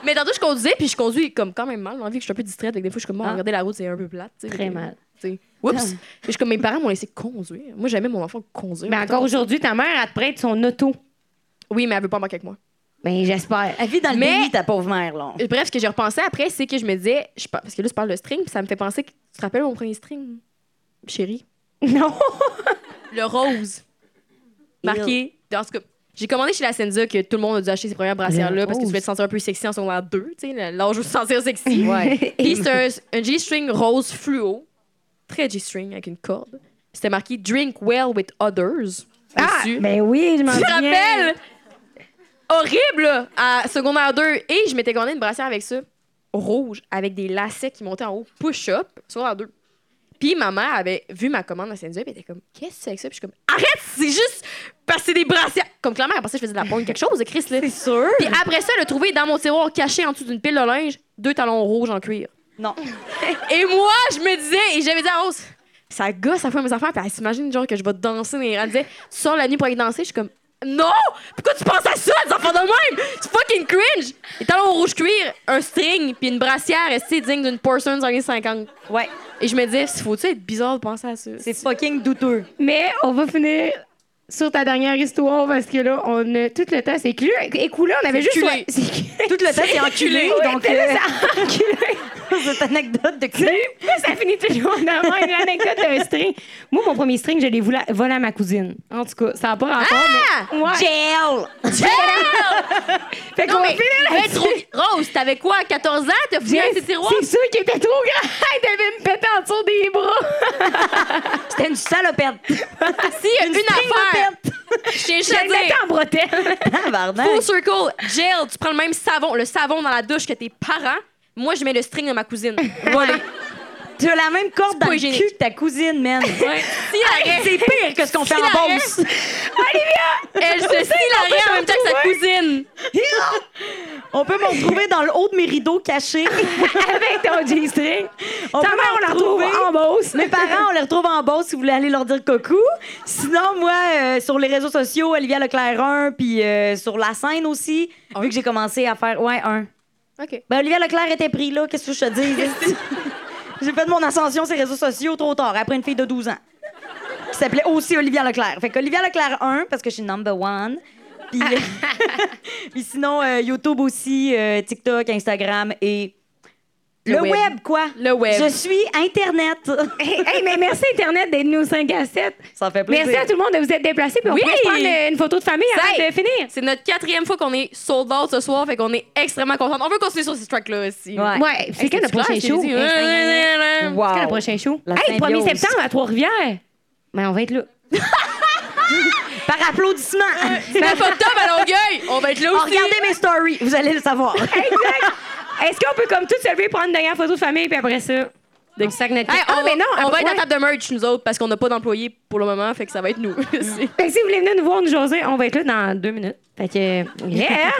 S6: mais tantôt, je conduisais, puis je conduis comme quand même mal. J'ai envie que je suis un peu distraite. Fait que des fois, je suis comme, ah,
S5: Ah.
S6: regardez la route, c'est un peu plate. tu sais.
S4: Très mal. Ah.
S6: Tu sais, Oups! Mais je suis comme, mes parents m'ont laissé conduire. Moi, j'aimais mon enfant conduire.
S4: Mais
S6: Mettons.
S4: encore aujourd'hui, ta mère, elle te prête son auto.
S6: Oui, mais elle veut pas embarquer avec moi.
S4: Ben, j'espère.
S5: Elle vit dans le
S6: Mais-
S5: déni, ta pauvre mère, là.
S6: Euh, Bref, ce que j'ai repensé après, c'est que je me disais, je pa- parce que là, tu parles de string, puis ça me fait penser que tu te rappelles mon premier string, chérie?
S4: Non!
S6: Le rose. Marqué. En tout cas, j'ai commandé chez la Senza que tout le monde a dû acheter ces premières brassières-là parce que tu voulais te sentir un peu sexy en secondaire 2, tu sais, l'âge où se sentir sexy.
S5: Ouais.
S6: Puis c'est un, un G-string rose fluo, très G-string avec une corde. Puis C'était marqué Drink well with others.
S4: Ah!
S6: dessus.
S4: Ben oui, je m'en
S6: Tu te
S4: souviens.
S6: rappelles? Horrible, là, à secondaire 2. Et je m'étais commandé une brassière avec ça, rouge, avec des lacets qui montaient en haut, push-up, secondaire 2. Puis ma mère avait vu ma commande à Senzu, puis elle était comme, qu'est-ce que c'est avec ça? Puis je suis comme, arrête, c'est juste parce que c'est des brassières. Comme clairement, elle pensait que je faisais de la pointe, quelque chose, Chris, là.
S5: C'est sûr.
S6: Puis après ça, elle a trouvé dans mon tiroir caché en dessous d'une pile de linge deux talons rouges en cuir.
S5: Non.
S6: Et moi, je me disais, et j'avais dit à Rose, ça gosse à fois mes affaires, puis elle s'imagine genre que je vais danser. dans les rangs. Elle disait, tu sors la nuit pour aller danser. Je suis comme, non! Pourquoi tu penses à ça, des enfants de même? C'est fucking cringe! Des talons rouges cuir, un string, puis une brassière, est digne d'une Porsche des années 50.
S5: Ouais.
S6: Et je me disais, faut-tu être bizarre de penser à ça?
S5: C'est fucking douteux.
S4: Mais on va finir sur ta dernière histoire parce que là, on a tout le temps c'est éculé. Écoulé, on avait
S6: C'est
S4: juste.
S6: culé.
S4: C'est culé.
S5: Tout le temps, t'es enculé.
S4: Oui,
S5: donc,
S4: c'est
S5: euh,
S4: ça, enculé.
S5: cette anecdote de cul.
S4: Là, ça finit toujours en avant une anecdote d'un string. Moi, mon premier string, je l'ai voulu- volé à ma cousine. En tout cas, ça n'a pas rapport, mais... Ouais.
S5: Gel!
S4: Fait qu'on
S6: Non, mais,
S4: finit là
S6: mais trop... Rose, t'avais quoi, 14 ans? T'as fouillé dans tes tiroirs?
S4: C'est sûr qu'il était trop grand. Il devait me péter en dessous des bras.
S5: C'était une salopette.
S6: Si, une, affaire! J'ai
S4: Je le mettais en bretelle.
S5: Tabarnak.
S6: Full circle, gel, tu prends le même savon, le savon dans la douche que tes parents. Moi, je mets le string de ma cousine. Voilà.
S5: Tu as la même corde
S6: pas
S5: dans le
S6: hygiénique.
S5: cul que ta cousine, man.
S6: Ouais. Silarée.
S5: C'est pire que ce qu'on fait en
S6: Hilarée.
S5: bosse.
S6: Elle se silarait en même temps que sa cousine.
S5: On peut me retrouver dans le haut de mes rideaux cachés.
S4: Avec ton G-string.
S5: On
S4: Ta
S5: peut
S4: mère,
S5: me
S4: on la retrouve
S5: retrouver.
S4: en bosse.
S5: Mes parents, on les retrouve en bas si vous voulez aller leur dire coucou. Sinon, moi, euh, sur les réseaux sociaux, Olivia Leclerc 1, puis euh, sur la scène aussi, vu que j'ai commencé à faire, ouais, un.
S6: OK.
S5: Ben, Olivia Leclerc était pris là, qu'est-ce que je te dis? j'ai fait de mon ascension sur les réseaux sociaux trop tard, après une fille de 12 ans. Qui s'appelait aussi Olivia Leclerc. Fait qu'Olivia Leclerc 1, parce que je suis number one. Puis, puis sinon, euh, YouTube aussi, euh, TikTok, Instagram et.
S6: Le
S5: Le,
S6: web.
S5: web. quoi.
S6: Le web.
S5: Je suis Internet.
S4: Hey, hey, mais merci Internet d'être nous 5 à 7.
S5: Ça fait plaisir.
S4: Merci à tout le monde de vous être déplacés. Puis on
S6: Oui.
S4: pourrait se prendre euh, une photo de famille
S6: Ça,
S4: avant de finir.
S6: C'est notre quatrième fois qu'on est sold out ce soir, fait qu'on est extrêmement contente. On veut continuer sur cette track-là aussi.
S5: Ouais.
S4: Ouais, c'est quand le prochain show?
S6: show?
S4: C'est quand le
S5: Wow.
S4: prochain show?
S5: La
S4: hey, 1er
S5: symbiose.
S4: septembre à Trois-Rivières. Mais Ben, on va être là.
S5: Par applaudissement.
S4: Euh,
S6: Mais pas top à Longueuil! On va être là
S5: Oh,
S6: aussi.
S5: regardez mes stories, vous allez le savoir.
S4: Exact. Est-ce qu'on peut comme tout se lever et prendre une dernière photo de famille puis après ça? Donc, sac notre
S6: Hey, on,
S4: Ah,
S6: va,
S4: mais non,
S6: on va
S4: après-
S6: être à
S4: ouais.
S6: la table de merch, nous autres, parce qu'on n'a pas d'employés pour le moment, fait que ça va être nous. C'est-
S4: Fait que Ben, si vous voulez venir nous voir, nous jaser, on va être là dans deux minutes. Fait que, yeah!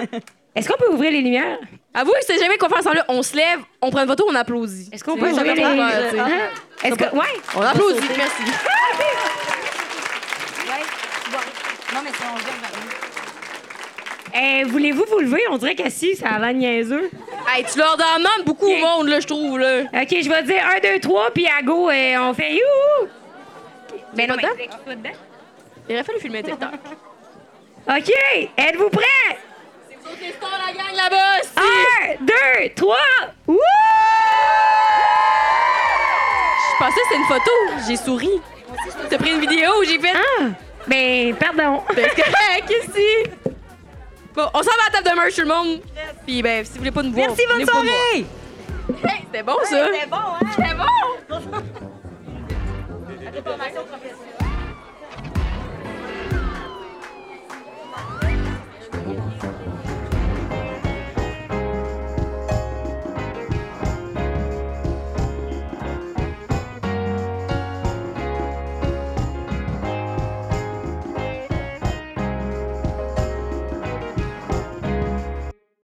S4: Est-ce qu'on peut ouvrir les lumières?
S6: Avouez, je sais jamais quoi faire sans là. On se lève, on prend une photo, on applaudit.
S4: Est-ce qu'on
S6: C'est
S4: peut
S6: ça
S4: ouvrir les
S6: qu'on va faire, tu sais.
S4: lumières? Ah! Est-ce que, ouais?
S6: On applaudit, merci.
S5: Non, mais on
S4: Eh, Voulez-vous vous lever? On dirait qu'assis, ça a l'air niaiseux.
S6: Hey, tu leur demandes beaucoup au
S4: Ok.
S6: monde, là, je trouve, là.
S4: OK, je vais dire 1, 2, 3, puis à go, et on fait youhou! Mais non,
S6: dedans?
S4: mais-
S6: Il aurait fallu filmer un TikTok.
S4: OK, êtes-vous prêts?
S6: C'est ça, la gang, là-bas!
S4: 1, 2, 3, wouh!
S6: Je pensais que c'était une photo. J'ai souri. T'as pris une vidéo, j'ai fait...
S4: Ah! Ben, pardon.
S6: Ben, c'est correct, qu'est-ce que c'est? Bon, on s'en va à la table de merch, tout le monde. Puis, ben, si vous voulez pas nous voir,
S5: Merci, bonne
S6: venez pas nous voir.
S5: soirée!
S4: ben,
S6: Hey, c'était bon, ça.
S5: bon, hein?
S6: C'était bon!